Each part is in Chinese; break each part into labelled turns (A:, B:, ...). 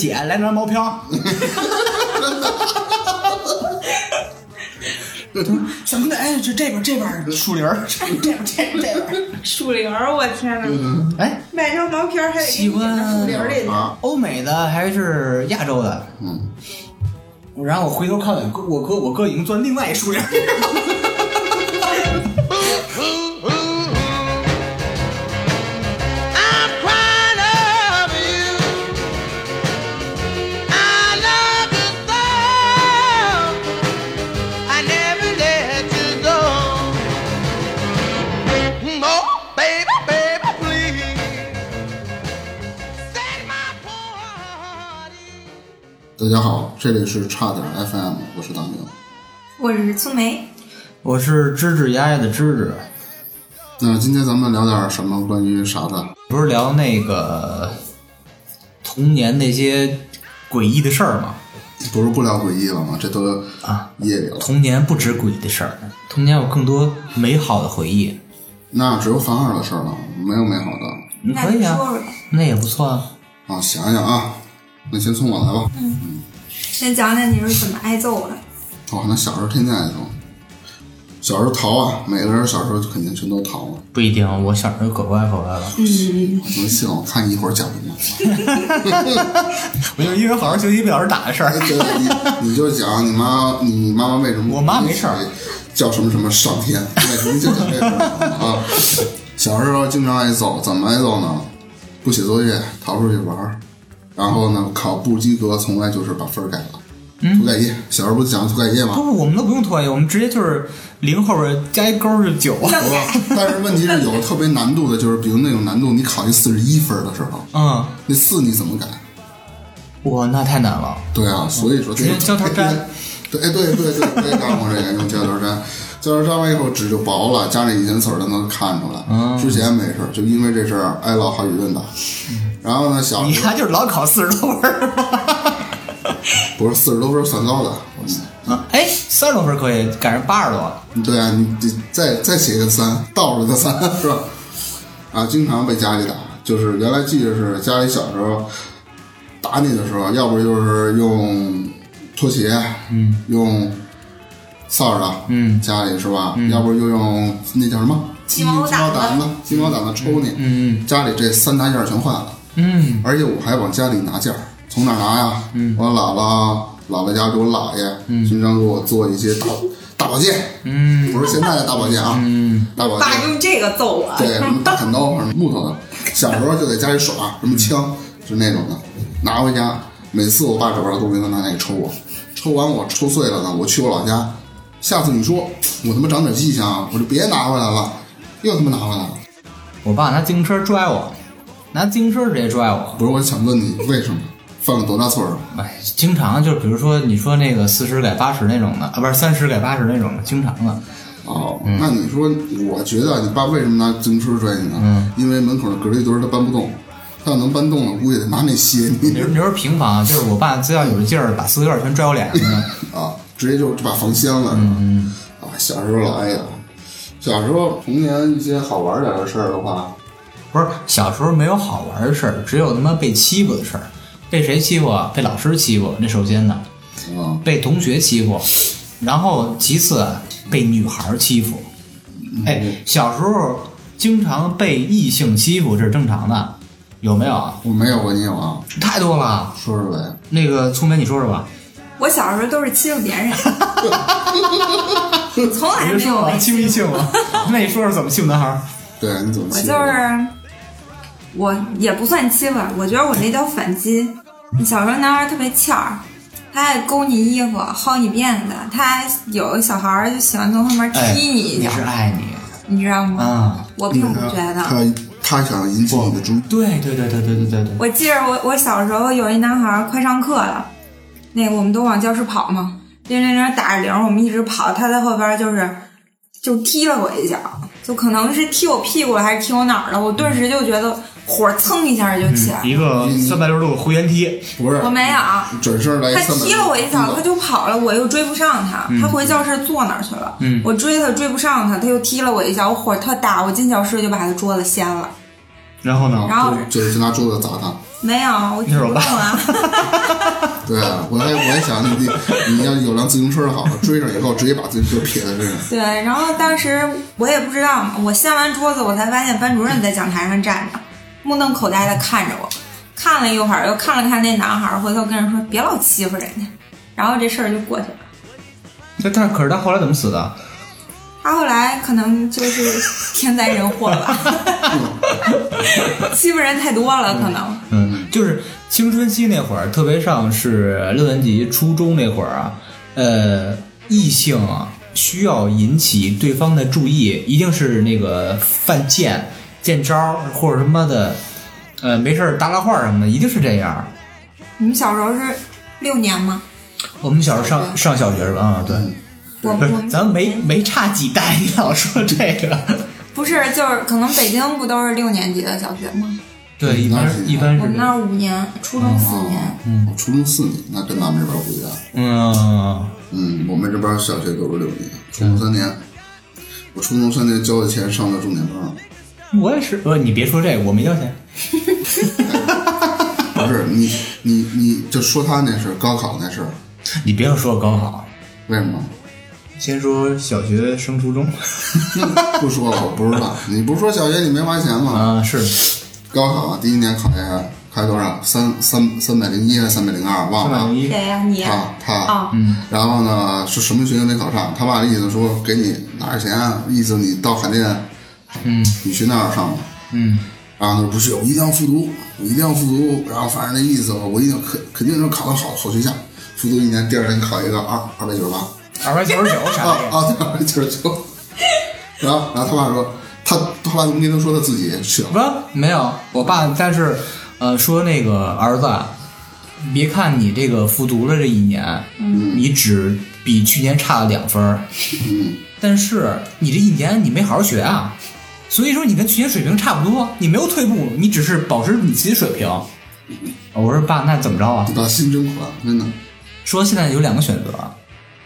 A: 姐来张毛 票，
B: 对，他说
A: 什么的，哎，这这边这边树林儿，这边这边这边，
C: 树林儿，我天
B: 对
C: 哪！
B: 对
A: 哎，
C: 买张毛片儿还得给
A: 喜
C: 你剪到树
A: 欢
C: 林儿里去。
B: 啊，
A: 欧美的还是亚洲的？
B: 嗯，
A: 然后我回头看我哥，我哥我哥已经钻另外一树林儿，
D: Ooh, ooh, ooh. I'm crying over you. I love you so. I never let you go. Oh, baby, baby, please set my poor heart at
B: 大家好，这里是差点 FM，我是大明。
E: 我是苏梅，
A: 我是吱吱呀呀的吱吱，
B: 那今天咱们聊点什么关于啥的？
A: 不是聊那个童年那些诡异的事儿吗？
B: 不是不聊诡异了吗？这都
A: 啊
B: 夜里了，
A: 童年不止诡异的事儿，童年有更多美好的回忆。
B: 那只有凡二的事儿了，没有美好的。
A: 嗯，
E: 那
A: 可
E: 你
A: 以啊
E: 说说呗，
A: 那也不错啊。
B: 啊，想想啊，那先从我来吧。
E: 先讲讲你是怎么挨揍的。
C: 啊
B: 我可能小时候天天挨揍，小时候逃啊，每个人小时候肯定全都逃啊。
A: 不一定，我小时候可乖可乖了，
E: 嗯，
B: 能信我看你一会儿讲什么？
A: 我就因为好好学习被老师打的事儿
B: 哎，对，你你就讲你妈，你你妈妈为什么？
A: 我妈没事儿，
B: 叫什么什么上天，对，你就讲这事儿啊。小时候经常挨揍，怎么挨揍呢？不写作业，逃出去玩儿，然后呢，考不及格，从来就是把分儿改了。
A: 嗯
B: 涂改液，小时候不讲涂改液吗
A: 不？哦不，我们都不用拖延，我们直接就是零后边加一勾是九。
B: 好吧，但是问题是有特别难度的，就是比如那种难度，你考一四十一分儿的时候，
A: 嗯，
B: 那四你怎么改？
A: 哇，那太难了。
B: 对啊，所以说
A: 直接嗯胶条粘。
B: 对，哎，对对对，我也干过这个，用胶条粘。胶条粘完以后，纸就薄了，加上以前词儿都能看出来。
A: 嗯
B: 之前没事儿，就因为这事儿挨了好几顿打。然后呢，小
A: 嗯你
B: 时候
A: 看，就是老考四十多分儿吗？
B: 不是四十多分儿算高的。
A: 啊，哎，三十多分儿可以，赶上八十多了。
B: 嗯对啊，你得再再写个三，倒着的三是吧？啊，经常被家里打，就是原来记得是家里小时候打你的时候，要不就是用拖鞋，嗯，用扫帚，啊
A: 嗯
B: 家里是吧？要不就用那叫什么鸡
E: 鸡毛
B: 鸡毛掸
E: 掸
B: 子，鸡毛掸子抽你，
A: 嗯
B: 家里这三大件儿全坏了，
A: 嗯
B: 而且我还往家里拿件儿，从哪儿拿呀？我姥姥姥姥家给我姥爷、经常给我做一些大大保健，
A: 嗯
B: 不是现在的大保健啊，
A: 嗯，
B: 大保健
C: 爸用这个揍我，
B: 对什么大砍刀什么木头的，小时候就在家里耍什么枪，就那种的，拿回家，每次我爸找不着东西都拿那个抽我，抽完我抽碎了呢，我去我老家，下次你说我他妈长点记性啊，我就别拿回来了，又他妈拿回来了，
A: 我爸拿自行车拽我，拿自行车直接拽我。
B: 不是我想问你为什么犯了多大错儿？啊
A: 哎，经常就是比如说你说那个四十改八十那种的，啊，不是三十改八十那种的，经常的。
B: 哦，那你说，我觉得你爸为什么拿自行车摔你呢？因为门口的隔离墩儿他搬不动，他要能搬动了，估计得拿那歇
A: 你
B: 你
A: 说你说平房，啊就是我爸只要有劲儿，把四合院全拽我脸上了。
B: 啊，直接就把房掀了。嗯啊，小时候老挨打。小时候童年一些好玩点的事儿的话，
A: 不是小时候没有好玩的事儿，只有他妈被欺负的事儿。被谁欺负啊？被老师欺负，那首先呢，
B: 啊，
A: 被同学欺负，然后其次啊，被女孩儿欺负。哎，小时候经常被异性欺负，这是正常的，有没有啊？
B: 我没有过，你有啊？
A: 太多了。
B: 说说呗。
A: 那个聪明，你说说吧。
E: 我小时候都是欺负别人，从来
A: 你
E: 没有啊被
A: 欺负异性 吗？那你说说怎么欺负男孩儿？
B: 对，你怎么
E: 我
B: 欺负
E: 就
B: 的？
E: 是，我也不算欺负，我觉得我那叫反击。小时候男孩特别欠儿，他爱勾你衣服、薅你辫子，他还有的小孩儿就喜欢从后面
A: 哎，
E: 踢你一脚，
A: 是爱你
E: 你知道吗？
A: 啊？
E: 我并
B: 嗯
E: 不觉得。
B: 他他想引起你的注意，
A: 对对对对对对对对。
E: 我记着我我小时候有一男孩儿快上课了，那个我们都往教室跑嘛，叮铃铃打着铃儿，我们一直跑，他在后边儿就是就踢了我一脚，就可能是踢我屁股了还是踢我哪儿了，我顿时就觉得火蹭一下就起来了。
A: 一个三百六十度的回旋踢，
B: 不是
E: 我没有，
A: 嗯
B: 准事儿来
E: 他
B: 三百。
E: 踢了我一脚，他就跑了，我又追不上他，他回教室坐哪儿去了？
A: 嗯
E: 我追他追不上他，他又踢了我一脚，我火特大，我进教室就把他桌子掀了。
A: 然后呢？
E: 然后
B: 就就是拿桌子砸他。
E: 没有，我
A: 哦
E: 举
A: 那是我
E: 不
A: 爸
E: 动啊。
B: 对，啊我还我还想你你你要有辆自行车好了，追上以后直接把自行车撇在身上。
E: 对，然后当时我也不知道嘛，我掀完桌子，我才发现班主任在讲台上站着，目瞪口呆的看着我，看了一会儿，又看了看那男孩儿，回头跟人说别老欺负人家，然后这事儿就过去了。
A: 那但可是他后来怎么死的？
E: 他后来可能就是天灾人祸吧， 欺负人太多了，可能。
A: 嗯，就是青春期那会儿，特别上是六年级、初中那会儿啊，呃，异性啊需要引起对方的注意，一定是那个犯贱、见招儿或者什么的，呃，没事儿搭拉话儿什么的，一定是这样。
E: 你们小时候是六年吗？
A: 我们小时候上上小学是吧？啊，对，
E: 我
A: 不
E: 我
A: 是，咱没没差几代， 你老说这个。
E: 不是，就是可能北京不都是六年级的小学吗？
A: 对，一般嗯是一般
E: 我
A: 是
E: 们那儿五年，初中四年。
A: 哦
B: 嗯，我初中四年，那跟咱们这边不一样。
A: 嗯，
B: 嗯，我们这边小学都是六年，初中三年。我初中三年交的钱上的重点班，
A: 我也是。不，你别说这个，我没交钱。
B: 不是你你你就说他那事儿，高考那事儿，
A: 你别说高考，
B: 为什么？
A: 先说小学升初中
B: 不说了，我不知道。你不是说小学你没花钱吗？
A: 啊，是
B: 高考啊第一年考下考多少？三三三百零一还是三百零二？忘
A: 三百
B: 了
A: 零。一。
E: 谁呀、你？
B: 他他
E: 哦，
B: 然后呢是什么学校没考上？他爸的意思说给你拿点钱，意思你到海淀，
A: 嗯
B: 你去那儿上吧。
A: 嗯，
B: 然后他说不是，我一定要复读，我一定要复读。然后反正那意思，我一定肯肯定能考到好好学校。复读一年，第二年考一个二二百九十八，
A: 二百九十九
B: 啊
A: 啥的。
B: 啊，对，二百九十九。然后然后他爸说，他他爸怎么跟他说他自己去了？
A: 不，没有，我爸，但是，呃，说那个儿子啊，别看你这个复读了这一年，你只比去年差了两分儿，
B: 嗯，
A: 但是你这一年你没好好学啊，所以说你跟去年水平差不多，你没有退步，你只是保持你自己水平。我说爸，那怎么着啊？
B: 打新征款，真的。
A: 说现在有两个选择，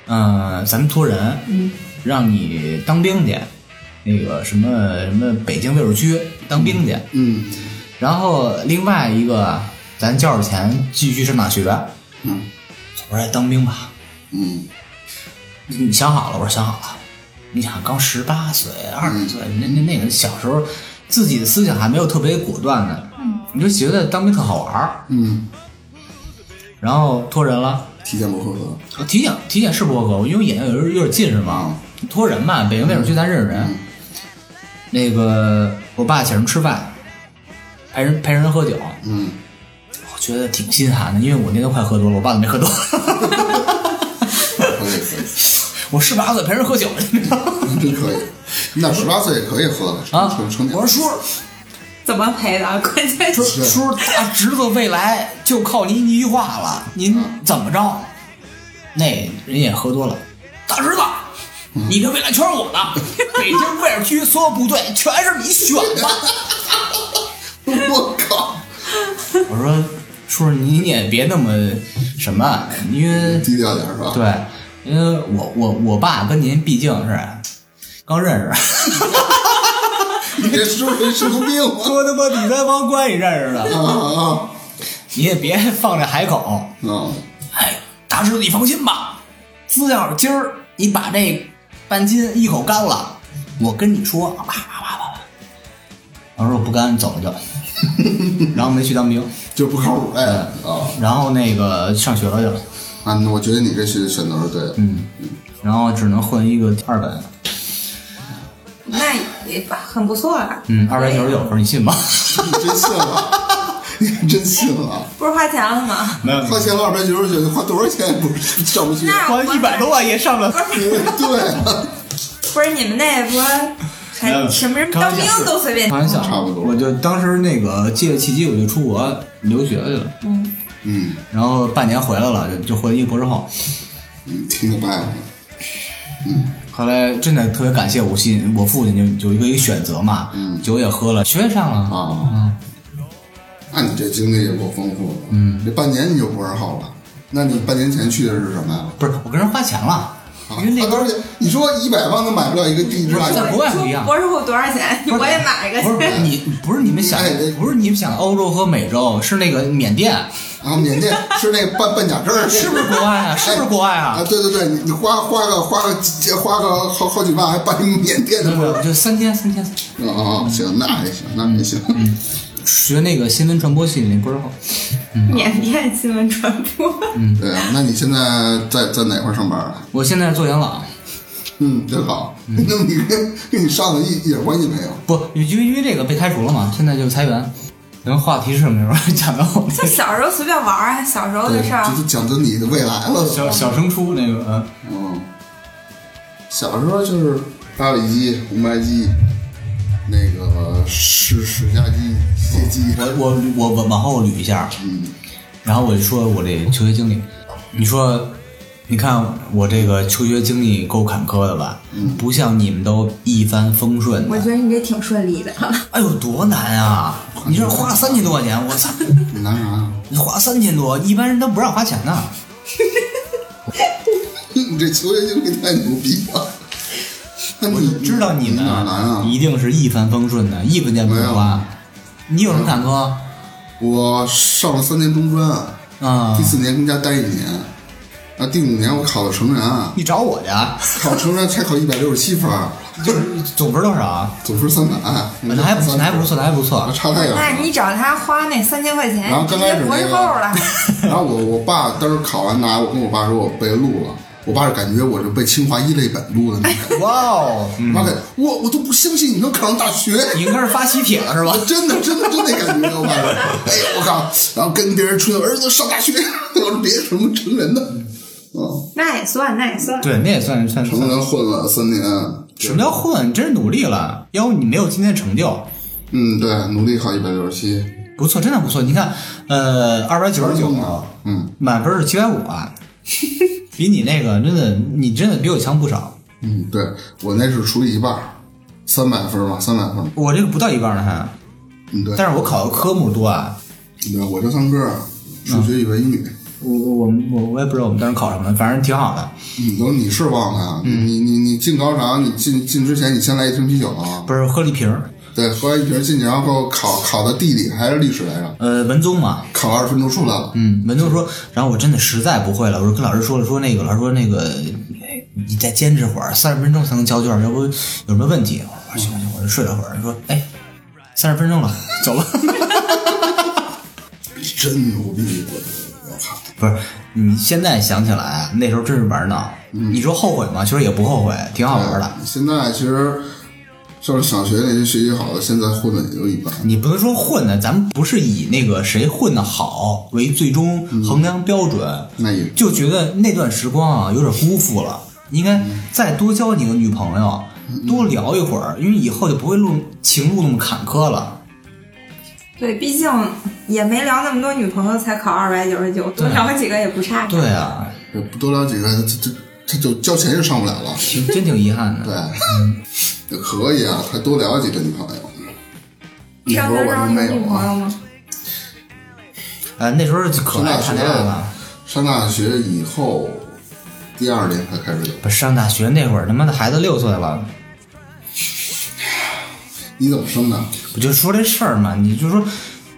A: 嗯、咱们托人，
B: 嗯
A: 让你当兵去，那个什么什么北京卫戍区当兵去，
B: 嗯
A: 然后另外一个咱交点钱继续上大学，
B: 嗯
A: 我说当兵吧，
B: 嗯
A: 你想好了？我说想好了。你想刚十八岁、二
B: 嗯
A: 十岁，那那那个小时候自己的思想还没有特别果断呢，你就觉得当兵特好玩儿，
B: 嗯，
A: 然后托人了。
B: 体检不合格。
A: 我哦体检体检是不合格，因为眼睛有点有点近视嘛，
B: 嗯
A: 托人嘛，北京卫戍区咱认识人。那个我爸请人吃饭，陪人陪人喝酒，
B: 嗯，
A: 我觉得挺心寒的，因为我那天快喝多了，我爸怎么没喝多？
B: 可以可以。
A: 我十八岁陪人喝酒去
B: 真可以。那十八岁也可以喝了
A: 啊！
B: 成成年。
A: 我说叔
E: 怎么赔的？关键
A: 叔
E: 是
B: 是
A: 叔，大侄子未来就靠您一句话了，您
B: 嗯
A: 怎么着？那人也喝多了，大侄子。
B: 嗯
A: 你这未来全是 我的，北京卫戍区所有部队全是你选的。
B: 我靠，
A: 我说叔叔，您也别那么什么，因为
B: 低调点是吧？，
A: 对，因为我我我爸跟您毕竟是刚认识，
B: 你这是不是神经病啊？
A: 说他妈李三方关系认识的，
B: 啊啊
A: 你也别放这海口。
B: 啊！
A: 哎，大师你放心吧，只要今儿你把这半斤一口干了，我跟你说，哇哇哇哇哇。我说我不干，走了就，然后没去当兵，
B: 就不靠谱哎啊！
A: 然后那个上学了就。
B: 啊，那我觉得你这选选择是对的。
A: 嗯，然后只能混一个二本，
E: 那也很不错啊了，
A: 嗯，二百九十九分，你信吗？
B: 你真信了？你真信了？
E: 不是花钱了吗？
A: 没有
B: 花钱了二百九十九，花多少钱也不是上不去。
E: 那
A: 花一百多万也上了。
B: 对啊，
E: 不是你们那不
A: 没有
E: 还哎什么人当兵都随便
A: 开玩笑，
B: 差不多
A: 我就当时那个借着契机，我就出国留学去了，
B: 嗯，
A: 然后半年回来了，就就混一个博士后。
B: 你听明白了？
A: 后来真的特别感谢我亲，我父亲就有一个一个选择嘛，
B: 嗯
A: 酒也喝了，学也上了，嗯
B: 啊，那你这经历也够丰富了。嗯，这半年你就博士后了。那你半年前去的是什么呀？
A: 不是我跟人花钱了，
B: 啊
A: 因为那
B: 啊当时你说一百万能买不了一个地质
A: 不
B: 垃
A: 是
B: 圾
A: 在，国外不一样
E: 说博士后多少钱？
A: 不是
E: 我也买一个
A: 不是
E: 去。
A: 你，不是你们想
B: 哎哎，
A: 不是你们想欧洲和美洲，是那个缅甸，
B: 然后缅甸是那半半甲根儿，
A: 是不是国外啊？是不是国外
B: 啊，
A: 啊？
B: 对对对，你你花花个花个几花个好好几万，还办一缅甸的
A: 没有
B: 不
A: 没
B: 是？
A: 有，就三天三天，
B: 嗯哦哦，行，那也行，那也行。
A: 嗯学那个新闻传播系那不是后，嗯
E: 缅甸新闻传播，
B: 对啊，那你现在在在哪块儿上班啊？
A: 我现在做养老，
B: 嗯，真好。 那你跟跟你上的一一点关系没有？
A: 不，因为因为这个被开除了嘛，现在就裁员。咱们话题是什么 时候讲到我们
E: 就小时候随便玩儿，小时候的
B: 对
E: 事儿，。
B: 就是讲的你的未来了。
A: 小小升初那个？呃
B: 嗯，小时候就是大里脊、红白鸡，那个石石家鸡、西鸡，
A: 我我我我往后捋一下，
B: 嗯，
A: 然后我就说我这求学经历，你说，你看我这个求学经历够坎坷的吧？不像你们都一帆风顺
E: 我
A: 的
E: 觉。得你这挺顺利的，
A: 哎呦，多难啊！你这花三千多块钱，我操！
B: 你拿啊啥？
A: 你花三千多，一般人都不让花钱呢。
B: 你 这球员经历太牛逼了。那
A: 我
B: 你
A: 就知道你们
B: 哪难啊？
A: 一定是一帆风顺的，一分钱不用花。你有什么坎坷？
B: 我上了三年中专，
A: 啊
B: 第，四年跟家待一年，啊，第五年我考的成人，
A: 你找我去 啊？
B: 考成人才考一百六十七分，
A: 就是总分多少啊？
B: 总分三百，
A: 那还不错，那还不错，那还不错。
B: 差太远了。
E: 那你找他花那三千块钱，
B: 然后
E: 直
B: 刚
E: 接
B: 开始
E: 博
B: 那
E: 士
B: 个
E: 后了。
B: 然后我我爸当时考完拿，我跟我爸说我被录了，我爸是感觉我就被清华一类本录的那种，
A: 哇哦，
B: 我爸感觉我我都不相信你能考上大学。
A: 你应该是发喜帖了是吧
B: 我？真的，真的，真的感觉， 我爸说，哎呀，我靠！然后跟别人吹，儿子上大学， 我说别什么成人的，嗯，
E: 那也算，那也算。
A: 对，那也算算
B: 成
A: 算。
B: 人混了三年，
A: 什么叫混？你真是努力了，要不你没有今天的成就。
B: 嗯，对，努力考一百六十七，
A: 不错，真的不错。你看，呃，二百九十九，
B: 嗯，
A: 满分是七百五 啊，比你那个真的，你真的比我强不少。
B: 嗯，对我那是除以一半儿，三百分嘛，三百分，
A: 我这个不到一半呢还，
B: 嗯，对，
A: 但是我考的科目多啊。
B: 对，我就三科，数学、语文、英语，
A: 我我我我也不知道我们当时考什么，反正挺好的。
B: 你都你是忘了呀？你你你进高潮，你进进之前，你先来一瓶啤酒啊？
A: 不是喝了一瓶儿，
B: 对，喝完一瓶进去，然后给我考考的地理还是历史来着？
A: 呃，文综嘛，
B: 考了二十分钟出来了。
A: 嗯，文综说，然后我真的实在不会了，我说跟老师说了，说那个老师说那个哎你再坚持会儿，三十分钟才能交卷，要不有什么问题？我说行行，我就睡了会儿。说哎，三十分钟了，走了。
B: 真牛逼！我我靠，
A: 不是，你现在想起来啊，那时候真是玩闹。你说后悔吗？其实也不后悔，挺好玩的。
B: 现在其实就是小学那些学习好的，现在混的也就一般。
A: 你不能说混的，咱们不是以那个谁混的好为最终衡量标准。
B: 那也
A: 就觉得那段时光啊有点辜负了，应该再多交几个女朋友，
B: 嗯
A: 多聊一会儿，因为以后就不会路情路那么坎坷了。
E: 对，毕竟也没聊那么多女朋友，才考二百九十九，多聊几个也不差。
A: 对啊，
B: 也不多聊几个，这这这就交钱就上不了了。
A: 挺真挺遗憾
B: 对
A: 的。，
B: 也可以啊，还多聊几个女朋友。那
E: 上
B: 会
E: 班
B: 儿我
E: 上
B: 就
E: 有
B: 没
E: 女
B: 有
E: 朋友
B: 啊。
E: 吗？
A: 呃，那时候就可
B: 上
A: 爱
B: 大
A: 谈
B: 学
A: 恋爱了。
B: 上大学以后，第二年才开始有。
A: 不是上大学那会儿，他妈的孩子六岁了，
B: 你怎么生的？
A: 我就说这事儿嘛，你就说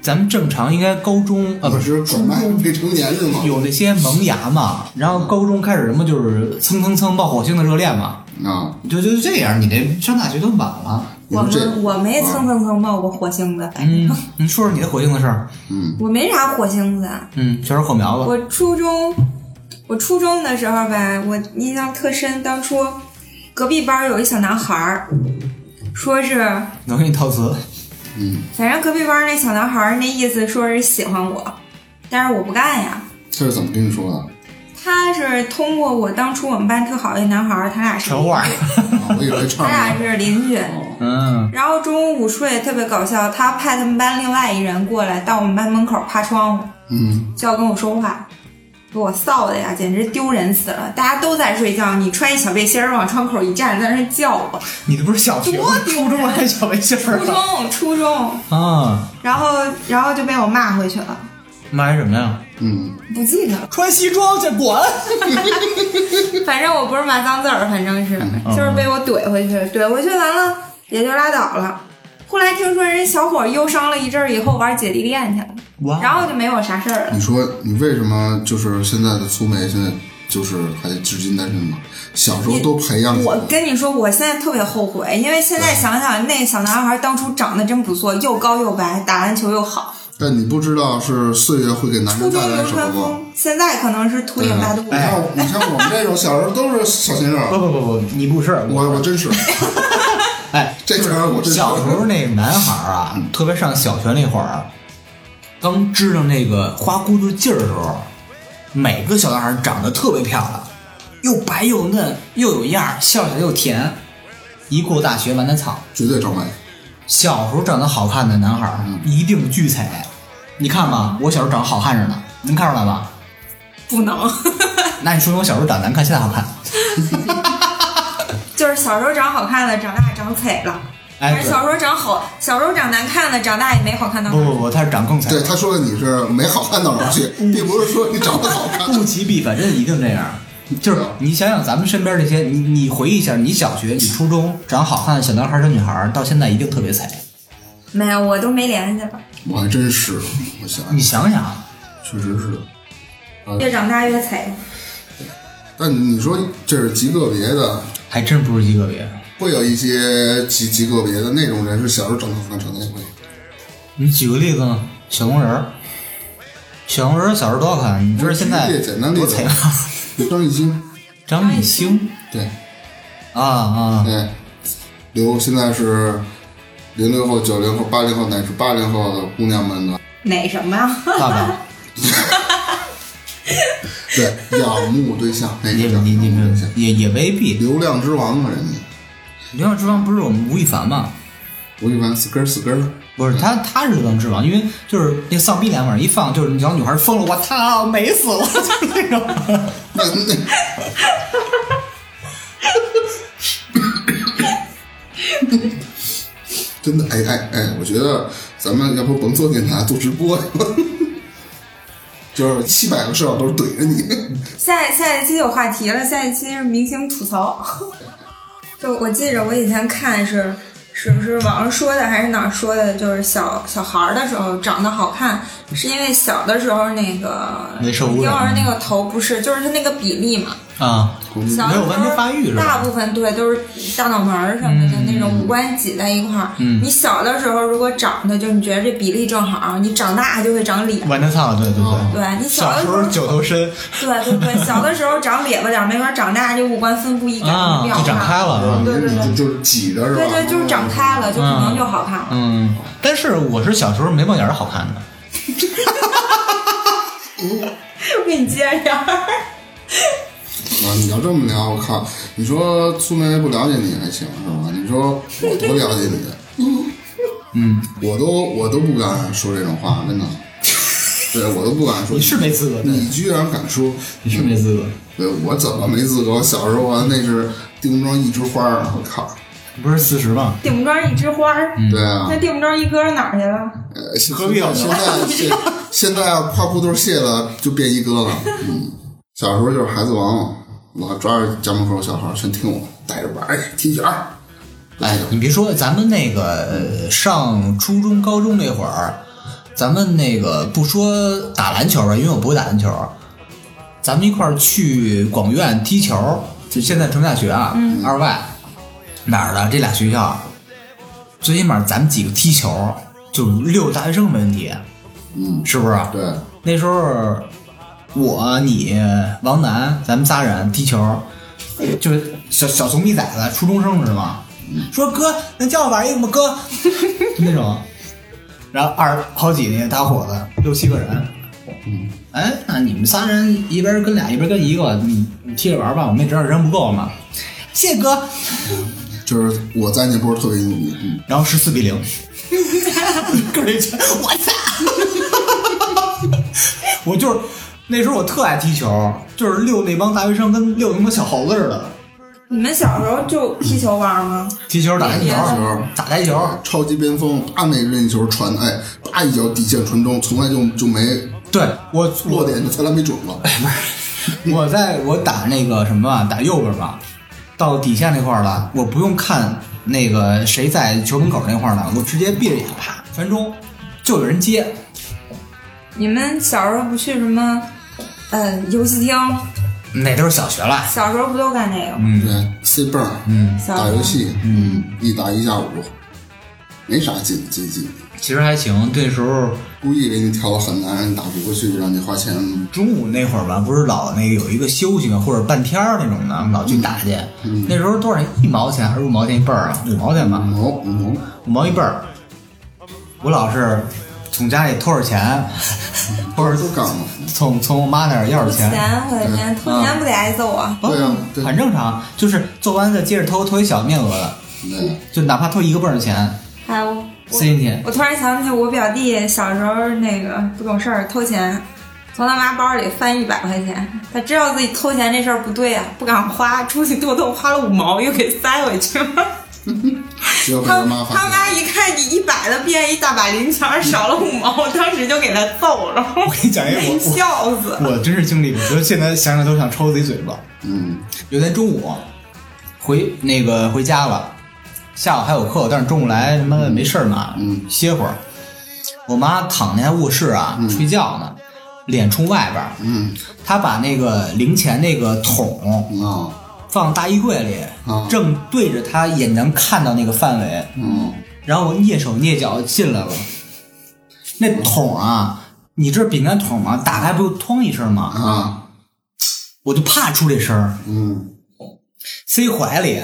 A: 咱们正常应该高中啊，不
B: 不
A: 是
B: 是拐卖未成年是吗？
A: 有那些萌芽嘛，然后高中开始什么就是蹭蹭蹭爆火星的热恋嘛，
B: 啊，
A: 就就这样，你这上大学都晚了。
B: 你
E: 我
B: 说这啊
E: 们我没蹭蹭蹭冒过火星子，
A: 嗯，你说说你的火星的事儿。
B: 嗯
E: 我没啥火星子。
A: 嗯，学点火苗吧。
E: 我初中，我初中的时候吧，我印象特深。当初隔壁班有一小男孩儿，说是，
A: 能给你套词。
B: 嗯，
E: 反正隔壁班那小男孩儿那意思说是喜欢我，但是我不干呀。
B: 这是怎么跟你说的？
E: 他是通过我当初我们班特好一男孩儿，他俩是，
A: 陈 话。
B: 啊我以为唱
E: 他俩
B: 呢。
E: 是邻居。
B: 哦
A: 嗯，
E: 然后中午午睡特别搞笑，他派他们班另外一人过来到我们班门口趴窗户，
B: 嗯，
E: 就要跟我说话，给我臊的呀，简直丢人死了！大家都在睡觉，你穿一小背心儿往窗口一站，在那叫我。
A: 你这不是小学吗
E: 多，
A: 初中还小背心
E: 初
A: 儿
E: 中，初中，
A: 啊？
E: 然后然后就被我骂回去了。
A: 骂人什么呀？
B: 嗯，
E: 不记得了，
A: 穿西装去滚！
E: 反正我不是骂脏字儿，反正是就是被我怼回去，怼回去完了也就拉倒了。后来听说人小伙忧伤了一阵儿以后玩姐弟恋去了，
A: 哇
E: 然后就没我啥事儿了。
B: 你说你为什么就是现在的苏梅现在就是还至今单身吗？小时候都培养
E: 我
B: 好的，
E: 跟你说，我现在特别后悔，因为现在想想，那小男孩当初长得真不错，又高又白，打篮球又好，
B: 但你不知道是岁月会给男
E: 初
B: 人带
E: 中
B: 来
E: 流
B: 什
E: 川
B: 么吗？
E: 枫，现在可能是秃顶大肚
B: 你
A: 嗯
E: 子。
A: 哎
B: 看，你像我们这种小时候都是小鲜肉，
A: 不不不不，你不是
B: 我我真是，
A: 哎，
B: 这词儿我真
A: 小时候那男孩儿啊，特别上小学那会儿，刚知道那个花骨朵劲儿的时候，每个小男孩儿长得特别漂亮，又白又嫩又有样儿，笑起来又甜。一过大学完蛋操，
B: 绝对招美。
A: 小时候长得好看的男孩儿
B: 嗯
A: 一定巨彩。你看吧，我小时候长得好看着呢，能看出来吧？
E: 不能，
A: 那你说明我小时候长得难看，现在好 看。
E: 就是小时候长好看的，长大长丑了；
A: 哎
E: 而小时候长好，小时候长难看的，长大也没好看到哪
A: 不
E: 儿。
A: 不不，他是长更惨
B: 对，，他说的你是没好看到哪儿去，
A: 嗯
B: 并不是说你长得 好看。
A: 物极必反，真的一定这样。就是
B: 啊
A: 你想想咱们身边这些，你你回忆一下，你小学、你初中长好看的小男孩、小女孩，到现在一定特别惨。
E: 没有，我都没联系了，
B: 我还真是，我想
A: 你想想，
B: 确实是。
E: 越长大越丑。
B: 但你说这是极个别的，
A: 还真不是一个别。
B: 会有一些极极个别的那种人是小时候长得好看，长得也会。
A: 你举个例子呢？小红人儿，小红人儿小时候多好看，你知道现在
B: 举个例简单例
A: 多
B: 子
A: 惨吗？
B: 张 艺兴，
A: 张艺兴
B: 对哎
A: 啊啊，
B: 对，留现在是零零后、九零后、八零后乃至八零后的姑娘们的，
E: 哪什么啊呀？
A: 爸爸，
B: 对仰慕对象，那
A: 你
B: 个叫
A: 你你
B: 仰慕对
A: 们
B: 象
A: 也也未必。
B: 流量之王啊，人家
A: 流量之王不是我们吴亦凡吗？
B: 吴亦凡死根儿死根儿。
A: 不是他，他是流浪之王，因为就是那丧逼脸往上一放，就是你小女孩疯了，我操，美死了，就是那种。
B: 那那，真的，哎哎哎，我觉得咱们要不甭做电台，做直播呀，就是七百个摄像头怼着你。
E: 下一下一期有话题了，下一期是明星吐槽。就我记着，我以前看是是不是网上说的还是哪儿说的，就是小小孩儿的时候长得好看，是因为小的时候那个
A: 没受污
E: 婴
A: 染
E: 儿那个头不是，就是他那个比例嘛，
A: 啊，
E: 小
A: 没有完全发育是吧
E: 大部分对都是大脑门儿什么的、那种五官挤在一块儿。
A: 嗯
E: 你小的时候如果长得就你觉得这比例正好，你长大就会长脸。
A: 完蛋操，对对对，
E: 哦对啊你小
A: 小
E: 的
A: 时
E: 时
A: 候
E: 候
A: 九头身
E: 对对对，小的时候长瘪巴点儿，没准儿长大就五官分布一展，
A: 啊，
E: 比较
A: 就长开了啊。
E: 对对对
B: 你就就是挤着是吧？
E: 对对，就是长开了，就可能就好看了。
A: 嗯，但是我是小时候眉毛眼儿好看的，
E: 我给你接着，
B: 啊！你要这么聊，我靠！你说苏梅不了解你还行是吧？你说我多了解你，
A: 嗯，
B: 我都我都不敢说这种话，真的。对我都不敢说
A: 你，是没资格，对
B: 你居然敢说，
A: 你是没资格，
B: 对，我怎么没资格？我小时候啊，那是定妆一枝花儿啊，我靠！
A: 你不是四十吗？
E: 顶不庄一枝花儿，
A: 嗯
B: 对啊
E: 那，顶不庄一哥哪儿去了？
B: 呃现
A: 何必要
B: 现在现现在要跨裤头卸了，就变一哥了。嗯，小时候就是孩子王，老抓着家门口小孩儿全听我，带着玩儿哎踢球儿，
A: 哎，你别说，咱们那个呃上初中、高中那会儿，咱们那个不说打篮球吧，因为我不会打篮球，咱们一块儿去广院踢球，就现在成大学啊，
B: 嗯
A: 二外哪儿的这俩学校，最起码咱们几个踢球，就六大学生没问题，
B: 嗯，
A: 是啊不是？
B: 对，
A: 那时候我、你、王楠，咱们仨人踢球，就是小小怂逼崽子，初中生是吗？说哥，能教我玩一个吗？哥，就那种。然后二好几那个大伙子，六七个人。哎，那你们仨人一边跟俩，一边跟一个，你你踢着玩吧，我们也知道人不够嘛。谢谢哥。
B: 就是我在那波儿特别牛逼，嗯，
A: 然后十四比 零，个人觉得我操！我就是那时候我特爱踢球，就是遛那帮大学生跟遛他妈小猴子似的，
E: 你们小时候就踢球玩吗？
A: 踢球打台球
B: 打台球，
A: 打台球，
B: 啊超级边锋啪那任意球传，哎，啪一脚底线传中，从来就就没
A: 对我
B: 落
A: 我
B: 点，就从来没准过。
A: 哎我在我打那个什么啊，打右边吧，到底下那块儿了，我不用看那个谁在球门口那块儿了，我直接闭着眼啪传中，就有人接。
E: 你们小时候不去什么，呃，游戏厅？
A: 那都是小学了，
E: 小时候不都干那个吗？
A: 嗯
B: 对，C 蹦，
A: 嗯，
E: 小时
B: 打
E: 候
B: 游戏，
A: 嗯，
B: 一打一下午，没啥劲劲劲，
A: 其实还行，那时候
B: 故意给你调的很难，让你打不过去，让你花钱。
A: 中午那会儿吧，不是老那个有一个休息嘛，或者半天儿那种
B: 嗯
A: 的，老去打去。那时候多少一毛钱还是五毛钱一倍儿
B: 嗯
A: 啊？五毛钱吧，
B: 毛五毛，
A: 五毛一倍儿。我老是从家里偷点 钱，或者
B: 都干嘛？
A: 从从我妈那儿要点
E: 钱
A: 钱，，哦
E: 我的天，偷钱不得挨揍
A: 嗯
E: 啊！
B: 对啊对
A: 很正常，就是做完再接着偷，偷一小面额的，
B: 对，
A: 就哪怕偷一个泵的钱
E: 还有哎我
A: 塞进去。
E: 我突然想起我表弟小时候那个不懂事儿偷钱，从他妈包里翻一百块钱，他知道自己偷钱这事儿不对啊，不敢花，出去剁剁花了五毛又给塞回去了。
B: 只要被
E: 他
B: 他妈
E: 他
B: 发现。
E: 妈一看你一百的变一大把零钱，少了五毛，当时就给他揍了，
A: 我跟你讲一个，我
E: 笑死。
A: 我我真是经历过，我觉得现在想想都想抽自己嘴巴。
B: 嗯，
A: 有天中午回那个回家了，下午还有课，但是中午来他妈没事儿嘛，
B: 嗯
A: 歇会儿。我妈躺在卧室啊、睡觉呢，脸冲外边儿，
B: 嗯
A: 她把那个零钱那个桶
B: 嗯啊，
A: 放大衣柜里，
B: 啊
A: 正对着她也能看到那个范围，
B: 嗯，
A: 然后我蹑手蹑脚进来了。那桶啊，你知道饼干桶吗？打开不就哐一声吗？
B: 啊，
A: 我就怕出这声儿，
B: 嗯
A: 塞怀里，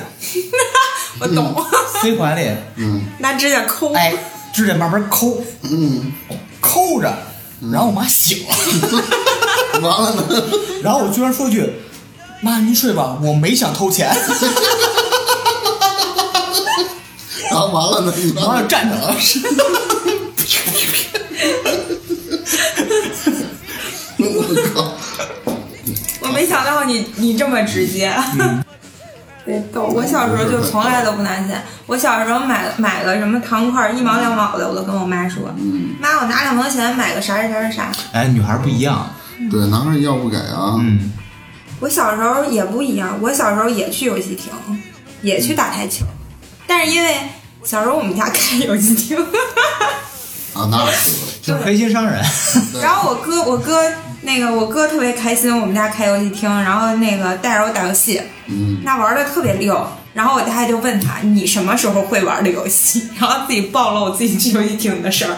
E: 我懂，
A: 塞怀里，
B: 嗯
E: 拿指甲抠。
A: 哎， 指甲慢慢抠，
B: 嗯，
A: 抠着，然后我妈醒了，
B: 完了呢，
A: 然后我居然说句：“妈，您睡吧，我没想偷 钱。
B: 然后完了呢，你”
A: 然
B: 妈
A: 后站着了，
B: 我靠，
E: 我没想到你你这么直接， 别逗！我小时候就从来都不拿钱。我小时候买买个什么糖块儿一毛两毛的，我都跟我妈说：“妈，我拿两毛钱买个啥啥啥啥啥。
A: 哎，女孩不一样，
B: 对，男孩要不给啊，
A: 嗯，”
E: 我小时候也不一样，我小时候也去游戏厅，也去打台球，但是因为小时候我们家开游戏厅，
B: 啊，那是的。
A: 就是黑心商人，
E: 然后我哥我哥那个我哥特别开心，我们家开游戏厅，然后那个带着我打游戏，
B: 嗯，
E: 那玩的特别溜。然后我大概就问他，你什么时候会玩的游戏？然后自己暴露自己去游戏厅的事儿。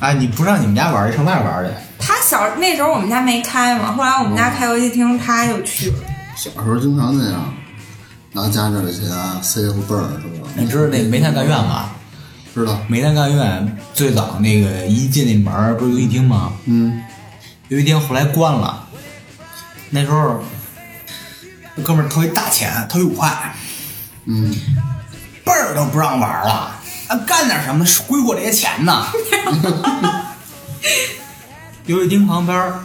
A: 哎，你不上你们家玩儿去，上外玩儿去，
E: 他小那时候我们家没开嘛，后来我们家开游戏厅，他就去了。
B: 小时候经常那样，拿家里的钱啊塞后背儿，是吧？
A: 你知道那煤炭干院吗？
B: 知道？
A: 煤炭干院最早那个一进那门儿不是游戏厅吗？
B: 嗯，
A: 游戏厅后来关了，那时候那哥们儿偷一大钱，偷一五块，
B: 嗯，
A: 辈儿都不让玩儿了，啊，干点什么挥霍这些钱 呢？游戏厅旁边儿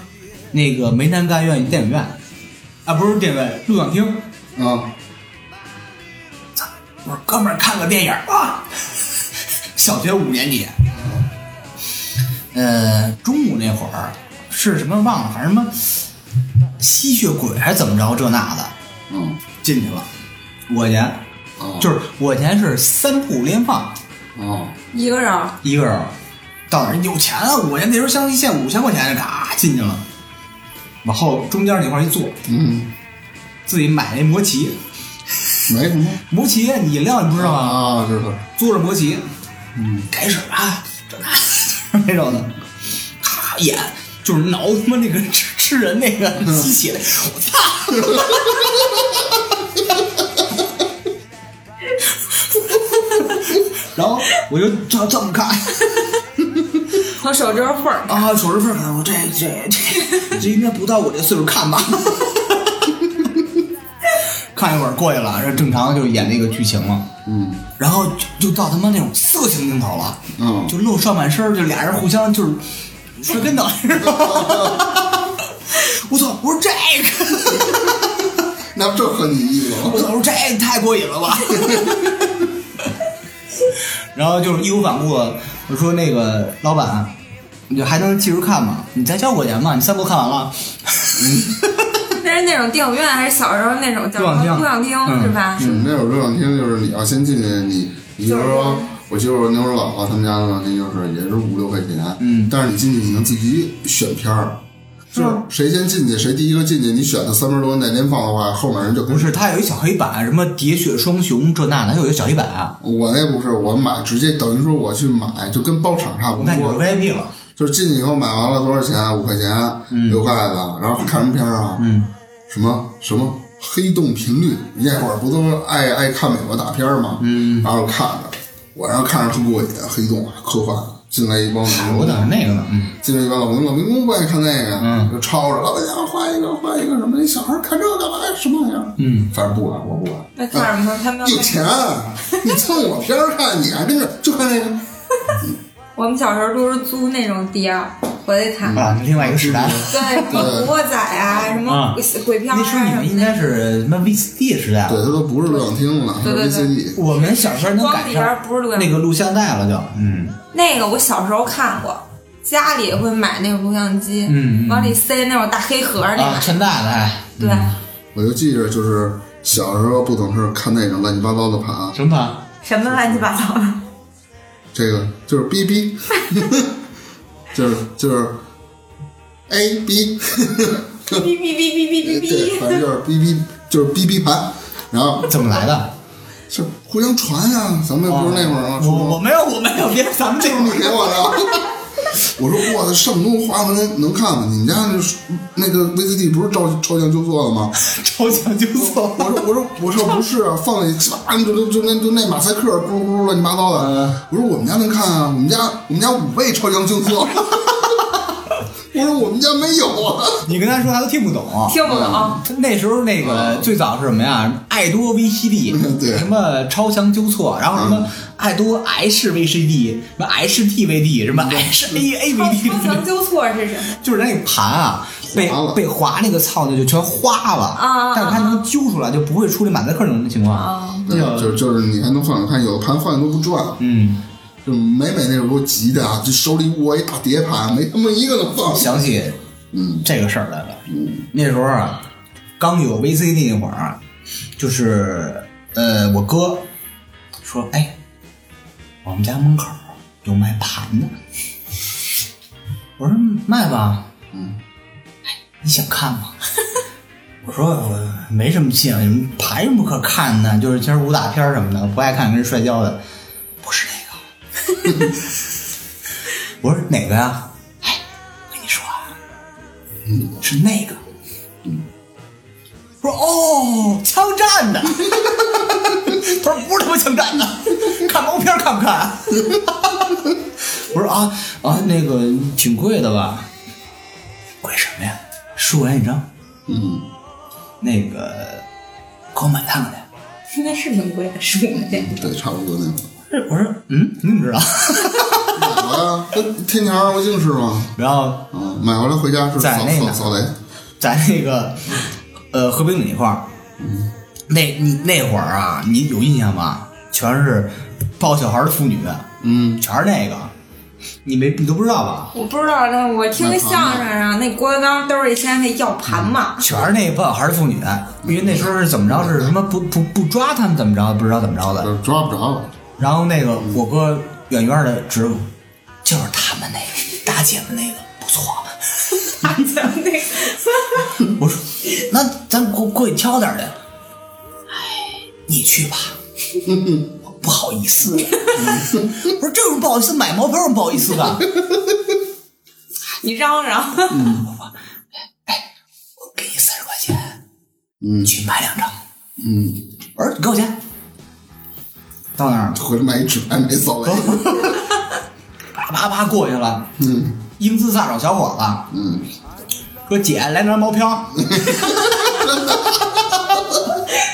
A: 那个梅南干院一电影院，啊，不是电影院，录像厅。
B: 啊，
A: 我说哥们儿看个电影儿啊，小学五年级，呃，中午那会儿是什么忘了，反正什么吸血鬼还是怎么着这那的
B: 嗯，
A: 进去了，五块钱，
B: 啊，
A: 就是五块钱是三部连放，
B: 啊，
E: 一个人儿，
A: 一个人到那儿有钱啊，五块钱那时候相当于现五千块钱，嘎进去了，往后中间那块儿一坐，
B: 嗯，
A: 自己买那摩奇，
B: 没什么
A: 摩奇你饮料你不知道吗？
B: 啊，知道，
A: 坐着摩奇，
B: 嗯，
A: 开始啊，这那那种的，咔演就是挠他妈那个吃吃人那个
B: 嗯
A: 吸血，我 操！ 然后我就这这么看
E: 从手指缝儿
A: 啊，手指缝看，我这这这这应该不到我这岁数看吧。 看一会儿过去了，这正常就演那个剧情了。
B: 嗯，
A: 然后就就到他妈那种色情镜头了，
B: 嗯
A: 就露上半身儿，就俩人互相就是摔跟 头，你知道吗我操！我说这个，
B: 那那这合你意吗？
A: 我操，这太过瘾了吧！然后就是义无反顾，我说那个老板，你就还能继续看吗？你再交我钱嘛，你三部看完了，嗯
E: 那是那种电影院还是小时候那种叫
A: 录像
E: 什
A: 厅
E: 么录像厅
A: 嗯
E: 是吧？
B: 是那会儿录像厅就是你要先进去，你你就
E: 啊就是是
B: 说，我媳妇儿那会儿姥姥他们家的录像厅就是也是五六块钱，
A: 嗯
B: 但是你进去你能自己选片儿，就是
E: 嗯
B: 谁先进去谁第一个进去，你选的三分钟在您放的话，后面人就跟
A: 不是，他有一小黑板，什么《喋血双雄》这那的，他有一小黑板、啊
B: 我那不是我买直接等于说我去买就跟包场差不
A: 那你是
B: 多，
A: VIP 了，
B: 就是进去以后买完了多少钱？五块钱，六块的，然后看什么片儿啊？
A: 嗯，
B: 什么什么黑洞频率，那会儿不都爱爱看美国大片儿吗？嗯，然后看着，我然后看着特过瘾，黑洞啊，科幻，进来一帮老
A: 我
B: 民
A: 等着
B: 工，
A: 那个呢。嗯，
B: 进来一帮老民工，老民工不爱看那个，
A: 嗯
B: 就吵着老板娘换一个换一个什么，那小孩儿看这干嘛呀？什么玩意儿？
A: 嗯，
B: 反正不管，我不管。
E: 那看什么？他们
B: 有钱，啊你蹭我片儿看，你还跟着就看这个。
E: 我们小时候都是租那种碟儿回来看，
A: 啊，另外一个时代。
E: 对，什么古惑仔啊，什么鬼鬼片儿
A: 那
E: 啊
A: 时
E: 什
A: 候你
E: 么
A: 们应
E: 的，
A: 该是什么 VCD 时代
B: 对，
A: 了。
B: 他都不是录像厅了，他是
E: 对对对
B: VCD。
A: 我们小时候能
E: 光
A: 赶
E: 碟儿
A: 上
E: 不是录像
A: 那个录像带了，就嗯，
E: 那个我小时候看过，家里会买那种录像机，
A: 嗯嗯
E: 往里塞那种大黑盒儿那
A: 啊，
E: 个，
A: 全带了，哎，
E: 对，
B: 我就记着，就是小时候不懂事，看那种乱七八糟的盘，啊
A: 什么啊盘？
E: 什么乱七八 糟的，
B: 这个就是哔哔， 就是就是 A B，
E: 哔哔哔哔哔哔
B: 对，
E: 哔，
B: 反正就是哔哔，就是哔哔盘，然后
A: 怎么来的？
B: 是互相传啊，咱们不是那会儿吗？初
A: 我
B: 中
A: 我没有，我没有，别咱们这
B: 你给我的。 我说我操，上中华文能看吗？你们家那那个 VCD 不是照照相就做的吗？
A: 超强就错。
B: 我说我说我说不是啊，放里唰就就就那就那马赛克咕噜咕噜乱七八糟
A: 嗯
B: 的。我说我们家能看啊，我们家我们家五倍超强静坐。 我说我们家没有啊。
A: 你跟他说，他都听不懂。啊嗯
E: 听不
B: 嗯
E: 懂，
A: 那时候那个最早是什么呀？爱多 VCD，
B: 对
A: 什么超强纠错，然后什么爱多 H VCD，什么 HTVD，什么 HAAVD，
E: 超强纠错是什么？
A: 就是那盘啊，被
B: 划了
A: 被划那个操的就全花了，
E: 啊
A: 但是它能揪出来，就不会出这满载克那种情况。
E: 啊
A: 那
B: 对，
A: 个
B: 就就是你还能放，看有的盘放的都不转，
A: 嗯，
B: 就每每那种给我急的啊，就手里握一大碟盘，没他妈一个能放。
A: 想起
B: 嗯
A: 这个事儿来了。那时候啊，刚有 VCD 那会儿啊，就是呃，我哥说：“哎，我们家门口有卖盘的。”我说：“卖吧。”
B: 嗯，
A: 哎，你想看吗？ 我说我没什么劲，你们盘什么可看呢？就是今儿武打片儿什么的，不爱看跟人摔跤的。不是那个， 我说哪个呀？哎，我跟你说啊，嗯是那个。我说哦，枪战的。 他说不是他妈枪战的，看毛片儿看不看？ 我说啊啊，那个挺贵的吧？贵什么呀？十五元一张。
B: 嗯，
A: 那个给我买趟去。
E: 应该是挺贵的，十五块钱。
B: 对，差不多那种。
A: 我说嗯，你怎么知道？
B: 买回来啊，那天桥二国境是吗？
A: 然后
B: 嗯，买回来回家是
A: 在
B: 扫
A: 那
B: 扫
A: 呢
B: 扫雷。
A: 在那个呃和平里那块儿，那你那会儿啊，你有印象吧？全是抱小孩的妇女，
B: 嗯，
A: 全是那个，你没你都不知道吧？
E: 我不知道，但我听相声上那郭德纲兜里现在那要盘嘛，
B: 嗯
A: 全是那抱小孩的妇女，因为那时候是怎么着是什么不不不抓他们怎么着不知道怎么着的，
B: 抓不着了。
A: 然后那个我哥远远的指我，就是他们那个大姐们那个不错，
E: 盘子那个，
A: 我说那咱过过去挑点儿去。哎，你去吧，我不好意思。我说这有什么不好意思？买毛片有什么不好意思的？
E: 你嚷嚷，
A: 我给你三十块钱，
B: 嗯
A: 你去买两张。
B: 嗯，
A: 我说你给我钱。到那儿了
B: 回来买一纸牌，买一扫雷。
A: 啪啪啪过去了，
B: 嗯
A: 英姿飒爽小伙子
B: 嗯，
A: 说：“姐，来张毛片 儿。”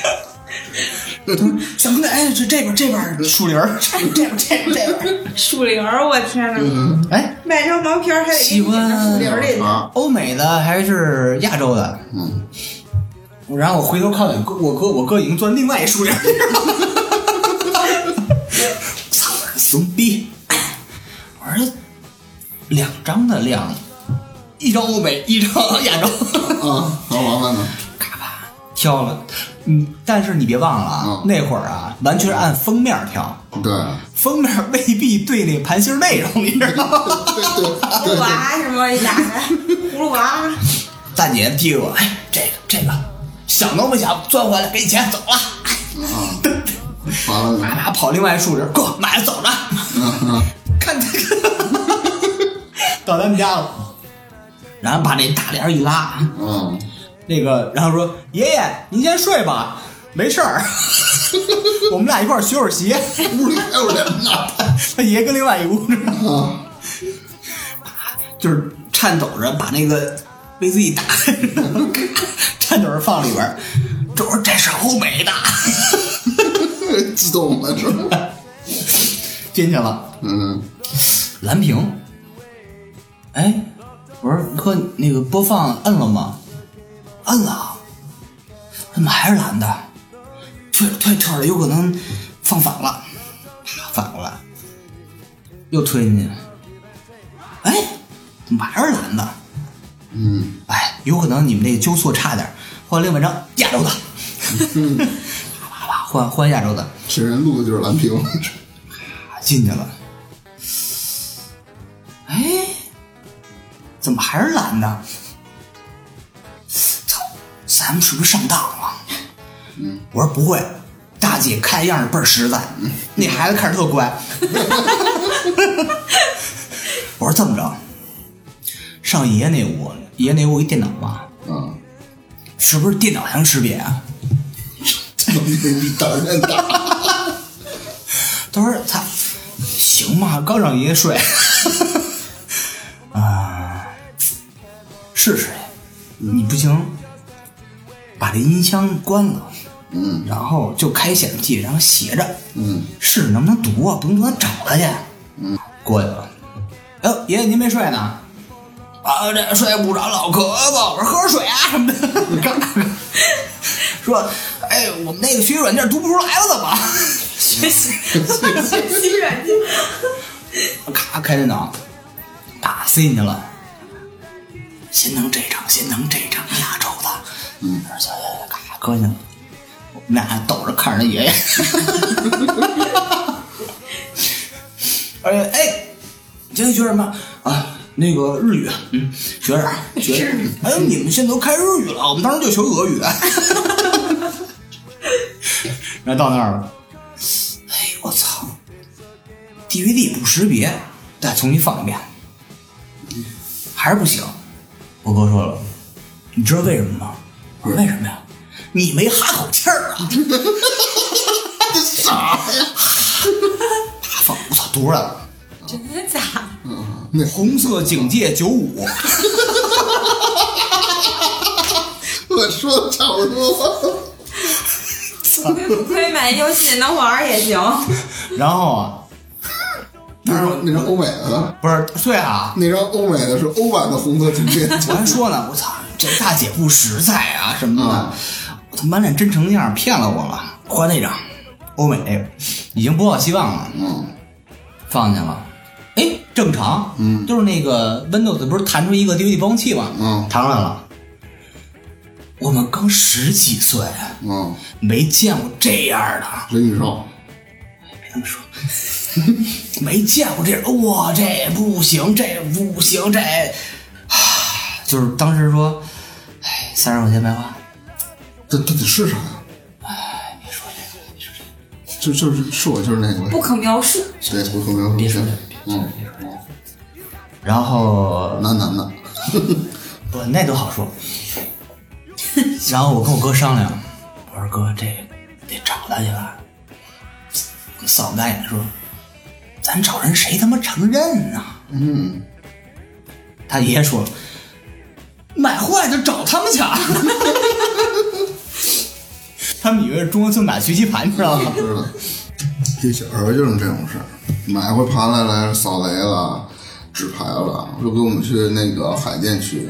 A: 他说小兄弟，哎，这这边这边树林儿，这边这边这边，
C: 树林儿，我天哪！
B: 嗯
A: 哎，
C: 买张毛片儿还得给你点到树林儿里去。
B: 啊，
A: 欧美的还是亚洲的？
B: 嗯，
A: 然后我回头看我哥，我哥我哥已经钻另外一树林里了，操，怂逼！我说两张的量，一张欧美，一张亚洲，
B: 啊，好麻烦呢。
A: 挑了。嗯，但是你别忘了啊，
B: 嗯
A: 那会儿啊，完全是按封面挑，
B: 对，
A: 封面未必对那盘芯儿内容，你知道 吗？
B: 对
E: 葫
B: 对
E: 芦娃什么一打开， 葫芦娃，
A: 大姐提着我，哎，这个这个，想都没想，钻回来给你钱，走了。哎
B: 对，麻烦
A: 啪
B: 呢。
A: 啪跑另外一树林，给我买了走了。
B: 嗯
A: 看这个， 到咱们家了，然后把那大帘儿一拉，
B: 嗯，
A: 那个然后说爷爷您先睡吧，没事儿， 我们俩一块儿学会儿鞋。
B: 屋里还有人呢。
A: 他 爷跟另外一屋似的，
B: 啊，
A: 就是颤抖着把那个 VCD 打开，颤抖着放里边儿，这我说这是欧美的，
B: 激动了是吧？
A: 进去了。
B: 嗯，
A: 蓝屏。哎，我说哥，那个播放摁了吗？摁了，怎么还是蓝的？退退退了，有可能放反了，啪反过来，又推进去。哎，怎么还是蓝的？
B: 嗯，
A: 哎，有可能你们这个纠错差点儿，换另外一张亚洲的， 啪啪啪，换换亚洲的。
B: 这人录的就是蓝屏。
A: 进去了。哎，怎么还是蓝的？操，咱们是不是上当了？嗯，我说不会，大姐看样子倍儿实在，那孩子看着特乖。我说这么着，上爷爷那屋，爷爷那屋一电脑吧，
B: 啊，
A: 是不是电脑上识别啊？
B: 这么比胆儿大。
A: 他说：“他行吧，刚让爷爷睡。”啊，试试，你不行，把这音箱关了，
B: 嗯
A: 然后就开显示器，然后斜着
B: 嗯
A: 试试能不能读啊，不能能找他去。嗯，过去了。哎呦，爷爷您没睡呢？啊，这睡不着了，可不，我说喝水啊什么的。 说，哎，我们那个学习软件读不出来了，怎么？
E: 洗软件，
A: 咔开电脑，打塞进去了。先弄这场，先弄这场压轴的。嗯，咔搁进去了。我们俩还抖着看着他爷 爷。哎哎，你今天学什么啊？那个日语，嗯，学点儿学点儿。哎，你们现在都开日语了，我们当时就学俄语。啊 然后到那儿了，哎呦我操！DVD 不识别，再重新放一遍，还是不行。我哥说了，你知道为什么吗？我说为什么呀？你没哈口气儿 啊！
B: 啥呀？
A: 大放，我操，读出来了，
E: 真的假的？
B: 那
A: 红色警戒九五，
B: 我说的差不多。
E: 不亏买游戏能玩儿也行。
A: 然后啊，
B: 那张那张欧美的呢，
A: 不是对啊，
B: 那张欧美的是欧版的红色警戒。
A: 我还说呢，我操，这大姐不实在啊什么的
B: 啊，
A: 我他满脸真诚样儿骗了我了，换那张欧美那个，已经不抱希望了。
B: 嗯
A: 放进了，哎，正常，
B: 嗯
A: 就是那个 Windows 不是弹出一个 DVD 播放器吗？
B: 嗯
A: 弹出来了。我们刚十几岁，
B: 嗯，
A: 没见过这样的，
B: 人宇宙。
A: 没这么说，没见过这样，哇，这不行，这不行，这， 唉就是当时说，哎，三十块钱白花，
B: 这到底是啥呀？哎，别说这个，别说这个，就就是是我就是那个，
E: 不可描述，
B: 对，不可描述。
A: 别说这个
B: 嗯，
A: 然后
B: 男男的，
A: 不，那都好说。 然后我跟我哥商量，我说哥，这得找他去吧。我嫂子大眼说，咱找人谁他妈承认呢？
B: 嗯，
A: 他爷爷说了，买坏就找他们去。啊 他们以为是中关村买学习盘，你知道吗？
B: 知道。这小时候就是这种事儿，买回盘来来扫雷了，纸牌了。就跟我们去那个海淀区，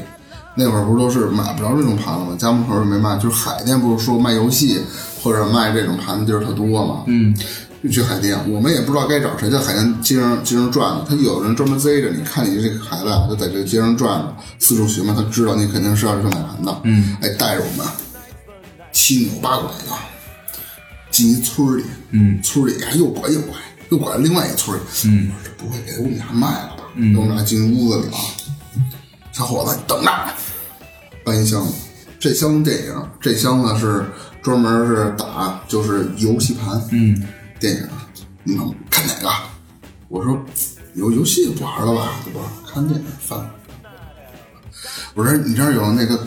B: 那会儿不都是买不着这种盘子吗？家门口也没卖，就是海淀不是说卖游戏或者卖这种盘子地儿特多嘛。
A: 嗯，
B: 就去海淀，我们也不知道该找谁，在海淀街上街上转的，他有人专门贼着你，看你这个孩子啊，就在这个街上转着，四处询问，他知道你肯定是要去买盘的，嗯，哎，带着我们七扭八拐的进一村儿里，嗯，村儿里哎又拐又拐又拐到另外一村儿里，嗯，我说这不会给我们俩卖了吧？嗯，我们俩进屋子里啊，小伙子你等着，搬一箱子，这箱子电影，这箱子是专门是打就是游戏盘，嗯，电影，你们看哪个？我说游游戏不玩了吧？对吧？看电影翻。我说你这儿有那个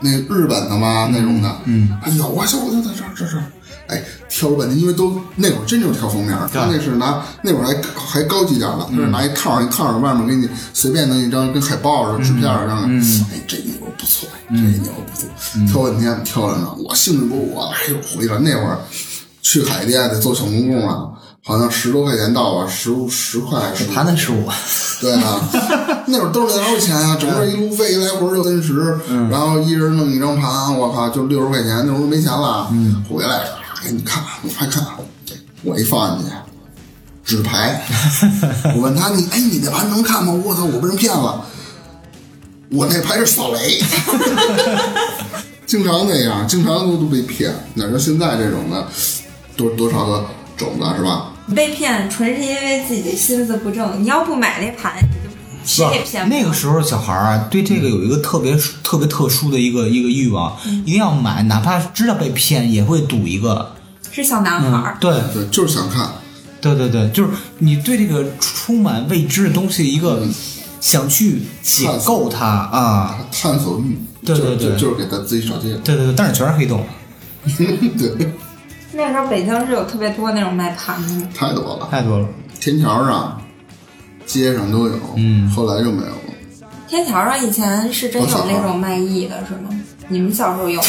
B: 那日本的吗？那种的，嗯，哎有啊，小伙子在这儿这儿这儿。哎，挑了半天，因为都那会儿真就是挑封面儿，他那是拿那会儿还还高级点儿了，他是拿一套儿一套儿外面给你随便弄一张跟海报似的纸片儿上的，哎，这牛不错，这牛不错，挑半天挑着呢，我兴致勃勃，哎呦回来那会儿去海淀得做小公公啊，好像十多块钱到吧，十五十块十五
A: 盘子是我，
B: 对啊， 那会儿兜里哪有钱啊？整个一路费一来回儿就三十，然后一人弄一张盘，我靠，就六十块钱。那时候没钱了，回来给你看，你快看，我一放进去，纸牌。我问他，你哎，你那盘能看吗？我操，我被人骗了，我那牌是扫雷。经常那样，经常都都被骗，哪像现在这种的，多多少个种子是吧？
E: 被骗纯是因为自己心思不正，你要不买那盘，你就谁也骗不了。
A: 那个时候小孩儿啊，对这个有一个特别特别特殊的一个一个欲望，一定要买，哪怕知道被骗也会赌一个。嗯
E: 是小男孩儿，
A: 对
B: 对，就是想看。
A: 对对对，就是你对这个充满未知的东西一个想去解构它啊。
B: 探索欲，
A: 对对
B: 就
A: 对
B: 就就是给他自己找借口。
A: 对对对，但是全是黑洞，
B: 对，
E: 那时候北京是有特别多那种卖盘的吗，
B: 太多了，
A: 太多了。
B: 天桥上、街上都有，
A: 嗯
B: 后来就没有了。
E: 天桥上以前是真有那种卖艺的，是吗？你们小时候有吗？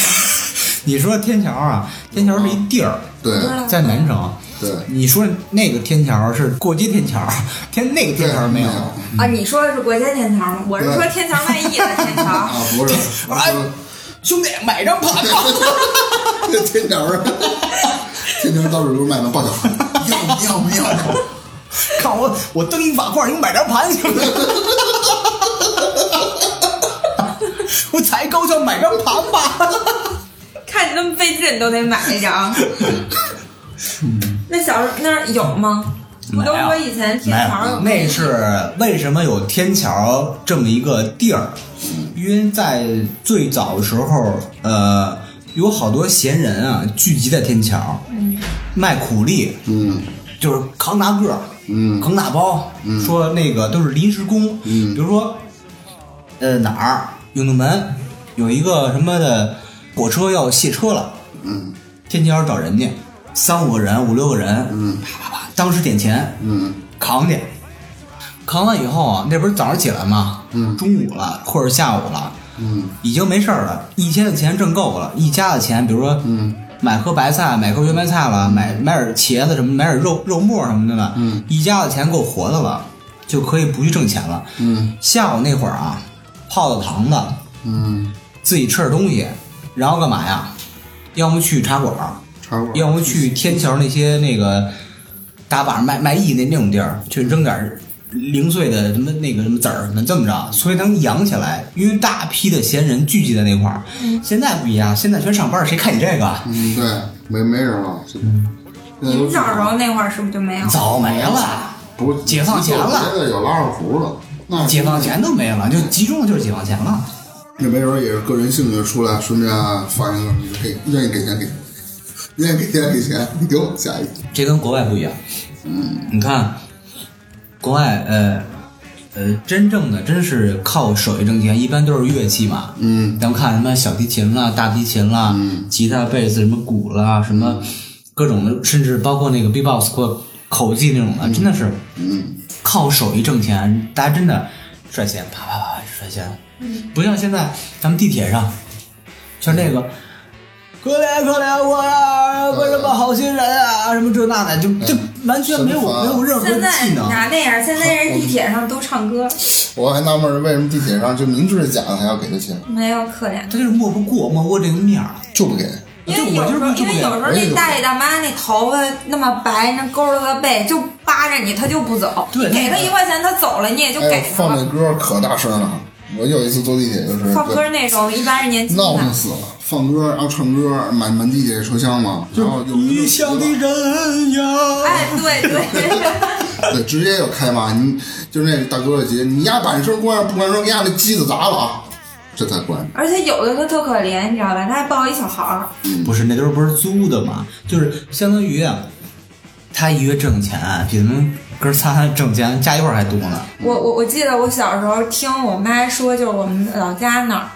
A: 你说天桥啊，天桥是一地儿，
B: 对
E: 不知道
A: 在南城。
B: 对
A: 你说那个天桥是过街天桥，天那个天桥没有。
B: 啊，
E: 啊，你说的是国家天桥吗？我是说
B: 对
E: 天桥卖艺的天 桥。
B: 啊不是，
A: 哎兄弟，买张盘吧。
B: 我说 天桥上， 天桥到处都是卖的抱小孩，要不要不要？
A: 看我，我蹬一瓦罐，你买张盘行吗？ 我才高跷买张盘 吧。
E: 看你那么费劲，都得买一张。那小时候那儿有吗？我都说以前天桥有
A: 那是为什么有天桥这么一个地儿？因为在最早的时候，呃，有好多闲人啊聚集在天桥，
E: 嗯
A: 卖苦力，
B: 嗯，
A: 就是扛大个儿，
B: 嗯
A: 扛大包，说那个都是临时工，
B: 嗯
A: 比如说，呃哪儿永定门有一个什么的火车要卸车了，
B: 嗯，
A: 天桥找人家，三五个人五六个人，嗯，啪啪啪，当时点钱，
B: 嗯，
A: 扛去，扛完以后啊，那不是早上起来嘛，
B: 嗯
A: 中午了或者下午了，
B: 嗯，
A: 已经没事儿了，一天的钱挣够了，一家的钱，比如说，
B: 嗯，
A: 买盒白菜，买盒圆白菜了，买买点茄子什么，买点肉肉末什么的了，
B: 嗯，
A: 一家的钱够活的了，就可以不去挣钱了。
B: 嗯
A: 下午那会儿啊，泡澡堂子，
B: 嗯，
A: 自己吃点东西，然后干嘛呀？要么去茶馆儿，
B: 茶馆，
A: 要么去天桥那些那个打把卖卖艺那那种地儿去扔点儿零碎的什么那个什么籽儿什么的，这么着，所以能养起来，因为大批的闲人聚集在那块儿。现在不一样，现在全上班儿，谁看你这个啊？
B: 嗯，对，没没人了，现在
A: 嗯
E: 你们小时候那会儿是不是就没有？
A: 早没了，
B: 不是
A: 解放前了
B: 现在有拉二胡了，那
A: 解放前都没了，就集中的就是解放前了。
B: 那没准儿也是个人兴趣出来，顺便发一个给愿意给钱给，愿意给钱给钱，你给我下一个。
A: 这跟国外不一样。嗯，你看，国外呃呃，真正的真是靠手艺挣钱，一般都是乐器嘛。
B: 嗯，
A: 咱们看什么小提琴啦、大提琴啦、吉他、贝斯、什么鼓啦、什么各种的，甚至包括那个 B-box 或口技那种的，真的是
B: 嗯，
A: 靠手艺挣钱，大家真的率先啪啪啪率先，不像
B: 嗯
A: 现在咱们地铁上，像那个。过来过来，我呀，我什么好心人啊，什么这那的，就就
B: 嗯
A: 完全没有
B: 什么
A: 没有任何
E: 现在
A: 技能。
E: 哪那样？现在人地铁上都唱歌，
B: 我还纳闷儿为什么地铁上就明知是假的还要给他钱，
E: 没有可怜
A: 他。就是摸不过，摸不过这个面儿。
B: 就不给。
E: 因为有时候，因为有时候那大爷大妈那头发那么白，那佝偻个背，就扒着你，他就不走。
A: 对
E: 你给他一块钱，他走了，你也就
B: 哎呦
E: 给，他
B: 放那
E: 了。
B: 歌可大声了。我有一次坐地铁就是
E: 放歌那种一般是年轻
B: 闹腾
E: 的，
B: 死了，放歌然后唱歌，满满地铁车厢嘛，然后有人就
A: 异乡的人呀，
E: 哎，对对，
B: 对，直接就开骂，你就是那大哥就急，你丫把声关上，不关声，丫那机子砸了啊！这才关上。
E: 而且有的他特可怜，你知道吧？他还抱一小孩儿，
A: 不是那都是不是租的嘛？就是相当于啊，他一月挣钱比咱们哥仨挣钱加一块儿还多呢。
E: 我我我记得我小时候听我妈说，就是我们老家那儿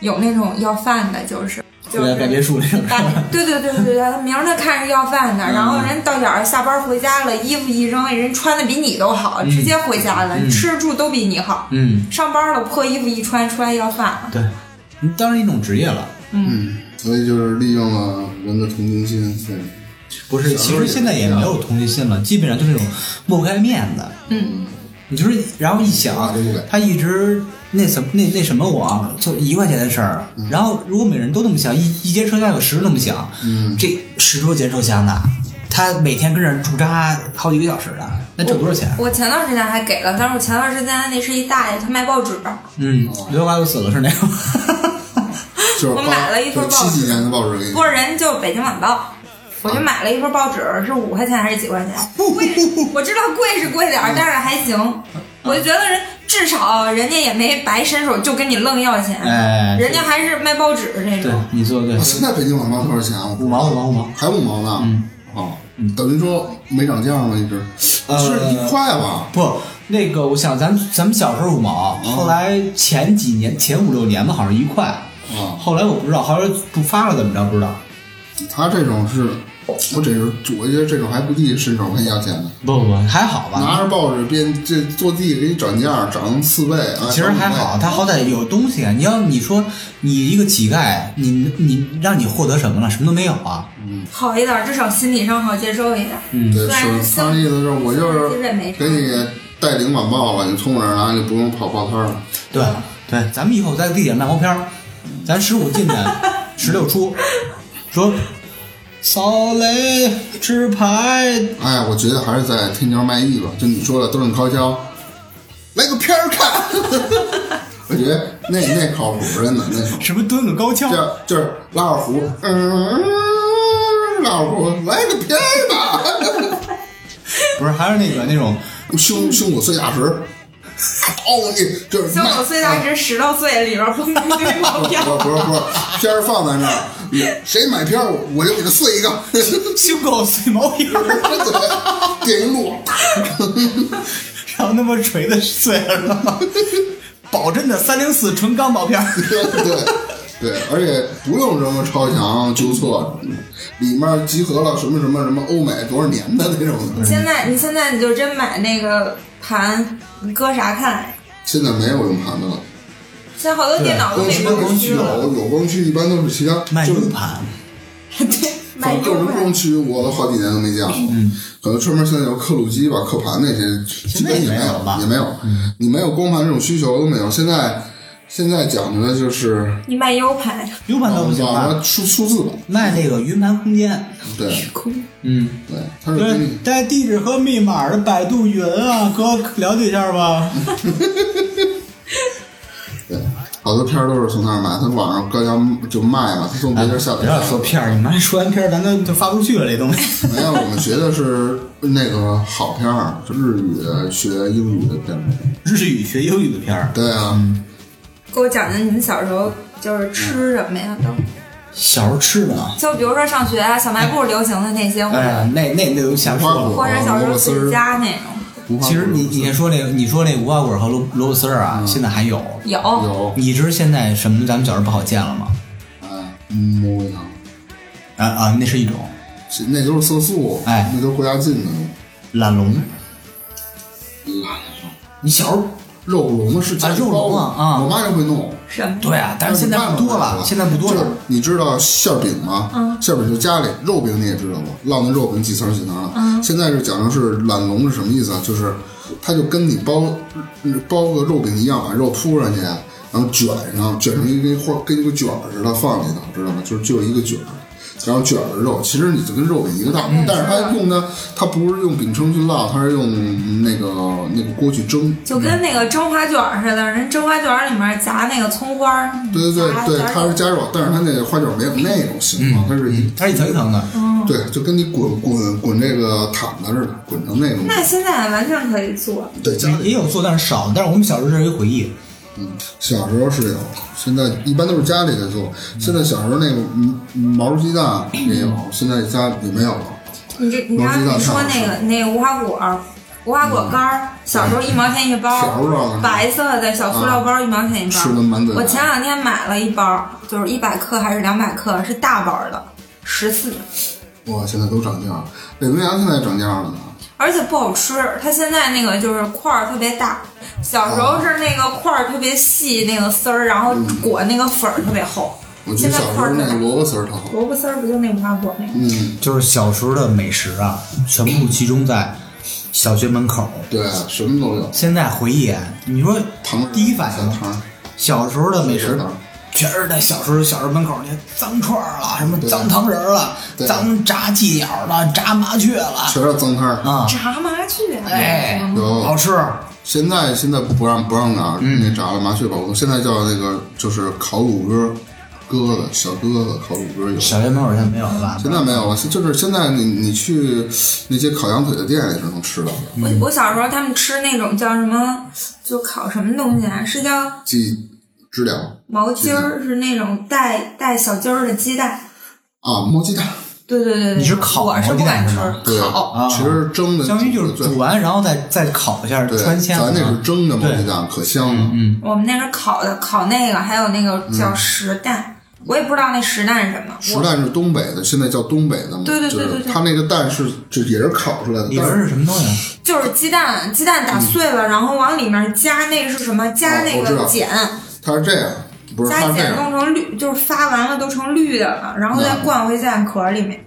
E: 有那种要饭的，就是就
A: 住在盖别
E: 是
A: 墅那种是
E: 大
A: 吧？
E: 对对对对对，明儿他看着要饭的，然后
B: 嗯
E: 人到点儿下班回家了，衣服一扔，人穿的比你都好，
B: 嗯
E: 直接回家了，吃住都比你好。
A: 嗯，
E: 上班了破衣服一穿出来要饭，
A: 对，你当然一种职业了。
E: 嗯
B: 嗯所以就是利用了人的同情心，对，
A: 不是，其实现在也没有同情心了，基本上就是那种抹不开面子。
E: 嗯，
A: 你就是，然后一想
B: 对对对，
A: 他一直那什么那那什么我，就一块钱的事儿。然后如果每人都那么想，一一节车厢有十那么想，
B: 嗯
A: 这十多节车厢的，他每天跟这儿驻扎好几个小时的，那挣多少
B: 哦
A: 钱？啊
E: 我前段时间还给了，但是我前段时间那是一大爷，他卖报纸，
A: 嗯，刘德华都死了是那种。
B: 就是
E: 我
B: 报
E: 买了一份
B: 就是
E: 报纸
B: 七几啊年的报纸给你
E: 不，是人就《北京晚报》，我就买了一份报纸，是五块钱还是几块钱？
B: 哦
E: 贵，我知道贵是贵点
A: 嗯
E: 儿，但是还行。我就觉得人至少人家也没白伸手就跟你愣要钱，
A: 哎，
E: 人家还是卖报纸这
A: 对
E: 种。
A: 你说的
B: 啊
A: 对，
B: 现在北京晚报多少钱啊？
A: 五毛五毛五毛。
B: 还五毛呢？
A: 嗯，
B: 哦，等于说没涨价吗？一直
A: 呃
B: 是一块吧？
A: 不，那个我想咱们咱们小时候五毛，啊
B: 嗯
A: 后来前几年前五六年吧，好像一块，
B: 啊，
A: 后来我不知道，后来不发了怎么着不知道。
B: 他这种是，我这是我觉得这种还不地伸手跟要钱呢，
A: 不不不，还好吧。
B: 拿着报纸边这坐地给你涨价，涨四倍啊！
A: 其实还好，他好歹有东西啊。你要你说你一个乞丐，你你让你获得什么了？什么都没有啊。
E: 好一点，至少心理上好接受一点。
A: 嗯，
B: 对，是他的意思是我就是给你带领晚报了，你从我这儿拿，你不用跑报摊儿了。
A: 对对，咱们以后在地铁卖毛片儿，咱十五进的，十六出，说扫雷纸牌，
B: 哎，我觉得还是在天桥卖艺吧，就你说的都是高跷，来个片儿看。 我觉得那那靠谱，真的那靠谱。
A: 什么蹲个高跷，
B: 就就是拉二胡，嗯，拉二胡，来个片儿吧。
A: 不是还是那个那种
B: 胸胸骨碎大石，哦，你就是
E: 像我最
A: 嗯
E: 大值十到岁里边儿蹦一堆毛
B: 不是
E: 票，
B: 不是不是，片儿放在那儿，你谁买票我我就给他碎一个，
A: 胸口碎毛片儿，
B: 电一路，
A: 然后那么锤子碎了，保真的三零四纯钢毛片儿。
B: 对对，而且不用什么超强纠错，里面集合了什么什么什么欧美多少年的那种的，
E: 现在你现在你就真买那个盘，你搁啥看？
B: 现在没有用盘的了，
E: 现在好多电脑都
B: 光
E: 没
B: 驱
E: 光
A: 光
E: 驱
A: 驱
B: 有
E: 了，
B: 有光驱一般都是其他
A: 卖
B: 就是
A: 硬盘，
E: 对，买
B: 反正各
E: 油
B: 种
E: 盘
B: 光。驱我都好几年都没见过，
E: 嗯
B: 可能专门现在有刻录机吧、刻盘那些，基本
A: 嗯现在
B: 也
A: 也没有
B: 有
A: 吧，嗯
B: 也没有，你没有光盘这种需求都没有。现在现在讲究的就是
E: 你卖 U 盘，
A: 硬盘都不行
B: 网
A: 吧？
B: 上数数字版，
A: 卖那个云盘空间，
B: 对
A: 嗯，
B: 对，它是给
A: 对
B: 你，
A: 带地址和密码的百度云啊，哥了解一下吧。
B: 嗯对，好多片儿都是从那儿买，它网上高价就卖嘛，它从别地儿下载。
A: 哎不要说片儿，你妈说完片儿，咱都就发不出去了这东 西。
B: 没有，我们学的是那个好片儿，就日语的学英语的片儿。
A: 日语学英语的片儿，
B: 对啊，
A: 嗯
E: 给我讲讲你们小时候就是吃什么呀？都
A: 小时候吃的啊，
E: 就比如说上学啊，小卖部流行的那些，或
A: 哎
E: 者
A: 呀，那那那都瞎说
B: 花果
A: 了。
E: 或者小时候自己家那种，
B: 无花
A: 其实
B: 果
A: 你你先说那个，你说那无花果和萝萝卜丝儿啊，
B: 嗯
A: 现在还有。
E: 有
B: 有，
A: 你知道现在什么咱们小时候不好见了吗？
B: 哎，摸一下。
A: 啊啊，那是一种
B: 那都是色素，
A: 哎
B: 那都是国家禁的。
A: 懒龙。
B: 懒
A: 你小时候
B: 肉骨龙是家里
A: 啊肉笼啊
B: 包的
A: 啊
B: 我妈就会弄。
E: 什么？
A: 对啊，但是现在不多了，现在不多
B: 就是
A: 了。
B: 你知道馅儿饼吗？
E: 嗯
B: 馅儿饼就家里肉饼你也知道吧，烙那肉饼几层儿几层儿的。现在是讲究是懒笼是什么意思啊？就是它就跟你包嗯包个肉饼一样，把肉铺上去，然后卷上，卷成一根花跟一个卷儿似的放里头，知道吗？就是就一个卷儿。然后卷着肉，其实你就跟肉饼一个大，但是它用的它不是用饼铛去烙，它是用那个那个锅去蒸。
E: 就跟那个蒸花卷儿似的，人蒸花卷儿里面砸那个葱花儿，
B: 对对
E: 砸
B: 对对，
E: 砸
B: 它是加肉，但是它那个花卷没有那种形状，它是一
A: 嗯它是一层一层的，
B: 对，就跟你滚滚滚这个毯子似的，滚成那种。
E: 那现在完全可以做，
B: 对，家
A: 也
B: 里
A: 有做，但是少。但是我们小时候这是一回忆，
B: 小时候是有，现在一般都是家里在做。现在小时候那个嗯毛鸡蛋也有，现在家也没有了。
E: 你这你
B: 我
E: 刚
B: 知道
E: 才说
B: 上嗯
E: 那个那个无花果儿，无花果干儿，小时候一毛钱一包
B: 条儿啊
E: 儿，白色的小塑料包儿一毛钱一包
B: 吃得满嘴
E: 儿。
B: 啊饭
E: 我前两天买了一包儿，就是一百克还是两百克，是大包儿的，十四，
B: 哇，现在都涨价了，北冰洋现在涨价了呢。
E: 而且不好吃。它现在那个就是块儿特别大，小时
B: 哦
E: 候是那个块儿特别细，那个丝儿，然后裹那个粉儿特别厚。
B: 嗯我觉
E: 现
B: 得
E: 在
B: 小时
E: 块
B: 候
E: 儿特
B: 那
E: 别大。
B: 个萝卜丝儿特好。
E: 萝卜丝儿不就那无花果那个？
B: 嗯，
A: 就是小时候的美食啊，全部集中在小学门口。
B: 对，什么都有，
A: 现在回忆，你说
B: 糖人
A: 第一反
B: 小
A: 应，
B: 糖，
A: 小时候的美食
B: 糖，
A: 全是在小时候小时候门口那脏串儿了，什么
B: 对
A: 脏糖人儿了，
B: 对
A: 脏炸鸡鸟了，炸麻雀了
B: 全是脏摊儿。
A: 啊，
E: 炸麻雀，
A: 哎，
B: 有
A: 好吃。
B: 现在现在不让不让拿那炸了麻雀包子，现在叫那个就是烤乳鸽，鸽子小鸽子烤乳鸽有。
A: 小学门口现在没有了吧？
B: 现在没有了，就是现在你你去那些烤羊腿的店也是能吃到的，
E: 我我小时候他们吃那种叫什么，就烤什么东西啊？是叫
B: 鸡知了
E: 毛鸡儿，是那种带带小鸡儿的鸡蛋。
B: 啊，摸鸡蛋，
E: 对对对对，
A: 你是烤
E: 我是
A: 毛
E: 不
A: 鸡蛋
E: 敢吃
A: 是吗
B: 对，
E: 烤。
A: 啊
B: 其实蒸的
A: 相当于就是
B: 最
A: 煮完，然后再再烤一下，啊
B: 对，
A: 穿鲜
B: 咱
A: 了
B: 那是
A: 嘛。
B: 蒸的摸鸡蛋，可香了。嗯，
E: 我们那是烤的，烤那个，还有那个叫实蛋，我也不知道那实蛋是什么。
B: 实
E: 我
B: 蛋是东北的，现在叫东北的嘛，
E: 对对对
B: 就是
E: 对对
B: 它那个蛋是这也是烤出来的，
A: 里边
B: 但
A: 是什么东西？啊
E: 就是鸡蛋，鸡蛋打碎了，然后往里面加那个是什么？加那
B: 嗯哦我知道
E: 个碱，
B: 它是这样，不是它
E: 加
B: 是这
E: 碱弄
B: 样，
E: 成绿，就是发完了都成绿的了，然后再
B: 嗯
E: 灌回蛋壳里面。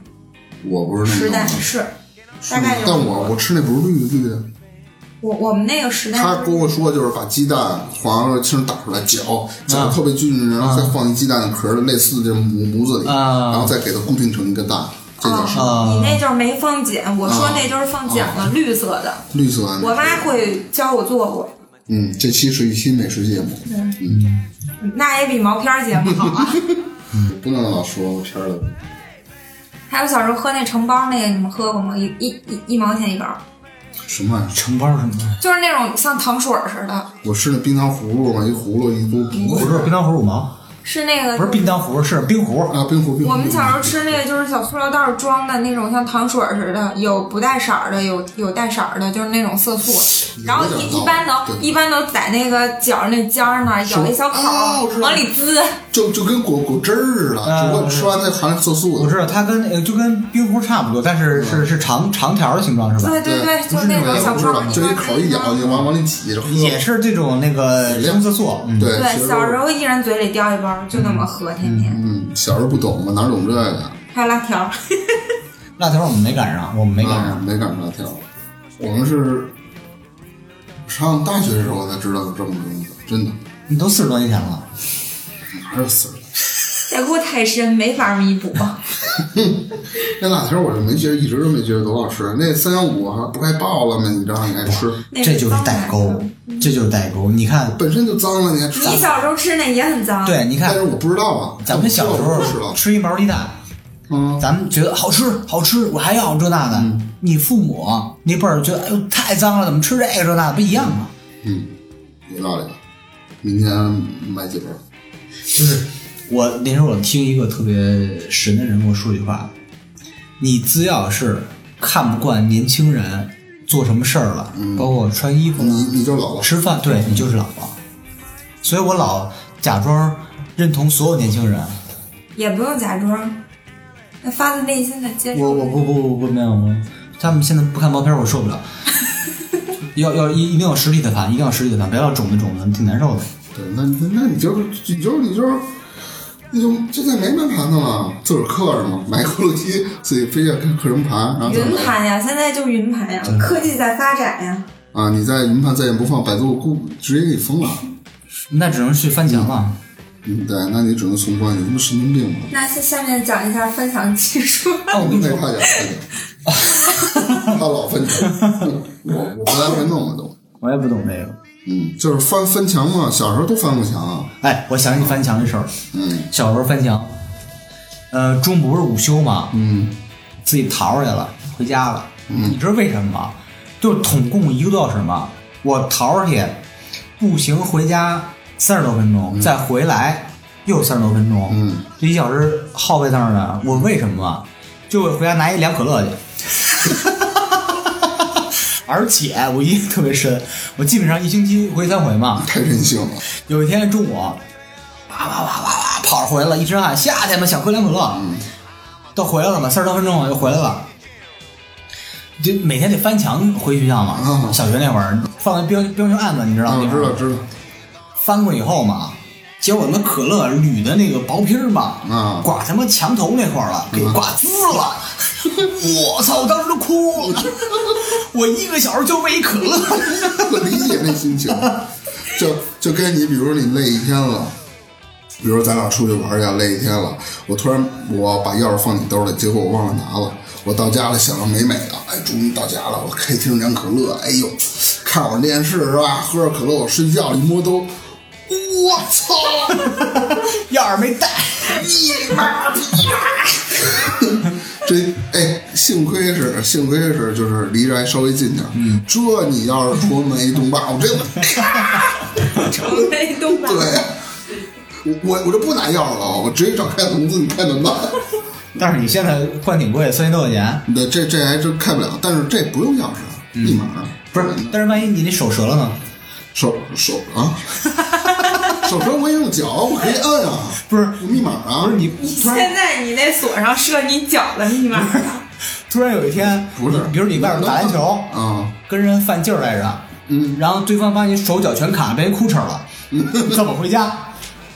B: 我不是
E: 实
B: 那
E: 蛋
B: 种的。
E: 是，大概就是
B: 嗯但我我吃那不是绿的绿的，
E: 我我们那个时代
B: 他
E: 就是
B: 跟我说就是把鸡蛋黄了清打出来搅，搅
A: 啊
B: 得特别均匀，然后再放进鸡蛋的壳儿的类似的这模模子里，
A: 啊
B: 然后再给它固定成一个蛋，这叫什
E: 哦
B: 么？
A: 啊
E: 你那就是没放碱，我
B: 嗯
E: 说那就是
B: 哦
E: 放碱了，绿色的。
B: 绿色的。
E: 我妈会教我做过，
B: 嗯，这期是一期美食节目，
E: 嗯那也比毛片儿节目好 啊。
B: 不能老说片儿的。
E: 还有小时候喝那橙包那个，你们喝过吗？一一一一毛钱一包，
B: 什么玩意儿？
A: 成包什么的？
E: 就是那种像糖水儿似的，
B: 我吃那冰糖葫芦嘛，一葫芦
E: 嗯
B: 一锅
A: 不
B: 不
A: 是冰糖葫芦五毛，
E: 是那个
A: 不是冰糖葫芦，是冰壶。
B: 啊，冰葫芦。
E: 我们小时候吃那个就是小塑料袋儿装的那种，像糖水儿似的，有不带色儿的，有有带色儿的，就是那种色素。然后
B: 有点
E: 一一
B: 道理
E: 般都
B: 对
E: 一般都在那个角儿那尖儿那儿咬一小口
B: 啊
E: 儿
B: 我知，道
E: 往里滋。
B: 就就跟果果汁儿似的，
A: 啊
B: 只不过吃完再含色素
A: 我
B: 的。
A: 知道它跟呃就跟冰壶差不多，但是
B: 啊
A: 是是长长条的形状是吧？
E: 对对对，就
B: 不是
E: 那
B: 种
E: 种小啊
B: 我知
E: 泡
B: 道
E: 泡，，
B: 就一口一咬就往往里挤着喝。
A: 也是这种那个深色素。嗯，
B: 对其
E: 对，
B: 实
E: 小时候一人嘴里叼一包，就那么喝，天天。
B: 嗯，小时候不懂嘛，哪懂这个呀？
E: 还有辣 条，
A: 辣条我们没赶上，我们没赶
B: 啊
A: 上。
B: 没赶上跳。我们是上大学的时候才知道有这么个东西，真的
A: 你都四十多年前了，
B: 哪有死人？
E: 代沟太深，没法弥 补。
B: 那辣条我就没觉得，一直都没觉得多好吃。那三幺五还不快爆了吗？你这样你还吃，
E: 那
A: 这就是
E: 脏
A: 代
E: 的
A: 沟，这就是代沟。你看，
B: 本身就脏了，你还吃？
E: 你小时候吃那也很脏。，
A: 对，你
B: 但
A: 看
B: 是我不知道啊，
A: 咱们小时
B: 我不知道
A: 候吃一毛鸡蛋，
B: 嗯，
A: 咱们觉得好吃好吃，我还要这那的。你父母那辈儿觉得哎呦太脏了，怎么吃这个这那的不一样吗？啊
B: 嗯，有道理。明天买几包？
A: 就是我那时候我听一个特别神的人跟我说一句话：，你只要是看不惯年轻人做什么事儿了，包括穿衣服、
B: 你你就老了。
A: 吃饭，对你就是老了。所以我老假装认同所有年轻人。
E: 也不用假装，那发自内心的接
A: 我
E: 受。
A: 我不不不不没有，我他们现在不看毛片儿我受不了。要要一一定要实体的谈，一定要实体的谈，不要种子种子，挺难受的。
B: 对，那那那你就你就你就你就这在没门盘的了，自个儿刻着嘛，买骷髅机自己非要刻刻什么盘，
A: 嗯
B: 然后再
E: 云
B: 买
E: 盘呀，现在就云盘呀，科技在发展呀。
B: 啊！你在云盘再也不放，百度估直接给你封了。
A: 那只能去翻墙了。
B: 嗯，对，那你只能从关，你他妈神经病吧？
E: 那下下面讲一下分享技术，啊
A: 哦，我跟你
B: 没
A: 说，
B: 他讲，他 讲，他老分墙，我我不来回弄我都。
A: 我也不懂这个。
B: 嗯，就是翻翻墙嘛，小时候都翻过墙啊。
A: 哎，我想起翻墙的事儿，
B: 嗯
A: 小时候翻墙，呃，中午不是午休嘛，
B: 嗯
A: 自己逃出来了，回家了。
B: 嗯
A: 你知道为什么吗？就是统共一个多小时嘛，我逃出去，步行回家三十多分钟，再回来又三十多分钟，
B: 嗯，
A: 这一小时耗费在那儿呢。我为什么啊？就我回家拿一两可乐 去。而且我印象特别深，我基本上一星期回三回嘛。
B: 太任性了。
A: 有一天中午，啊哇哇哇哇哇跑着回来了，一身汗，夏天嘛想喝两可乐，
B: 嗯
A: 到回来了嘛，三十多分钟我就回来了。就每天得翻墙回学校嘛，
B: 嗯
A: 小学那会儿放在冰冰球案子，你嗯知道
B: 啊，
A: 吗？
B: 我知道知道
A: 翻过以后嘛，结果那可乐铝的那个薄皮儿嘛，
B: 啊
A: 刮他妈墙头那块儿了，给刮滋 了。我操！我当时都哭 了，我一个小时就为一可乐。，
B: 我理解那心情。就就跟你，比如你累一天了，比如咱俩出去玩儿去累一天了，我突然我把钥匙放你兜里，结果我忘了拿了。我到家了，想着美美的，哎，终于到家了，我开听两可乐，哎呦，看会儿电视是吧？喝着可乐，我睡觉一摸兜，我操，
A: 钥匙没带，
B: 你妈逼！ 这哎，幸亏是幸亏是就是离这还稍微近点儿，这你要是说没动霸，我这我。
E: 成为动漫。
B: 对，我我我就不拿钥匙了，我直接找开笼子，你开门吧。
A: 但是你现在换挺贵，三千多块钱。
B: 对，这这还真开不了，但是这不用钥匙，啊
A: 嗯
B: 立马儿
A: 不是，但是万一你那手折了呢？
B: 手手 啊，手折我也用脚，我可以摁啊，
A: 不是
B: 有密码啊，
A: 不是你
E: 你
A: 突然
E: 现在你那锁上设你脚的密码，
A: 突然有一天，
B: 不是，
A: 你比如你外边打篮球，
B: 啊，
A: 跟人犯劲儿来着，
B: 嗯，
A: 然后对方把你手脚全卡，变成裤衩了，怎么回家？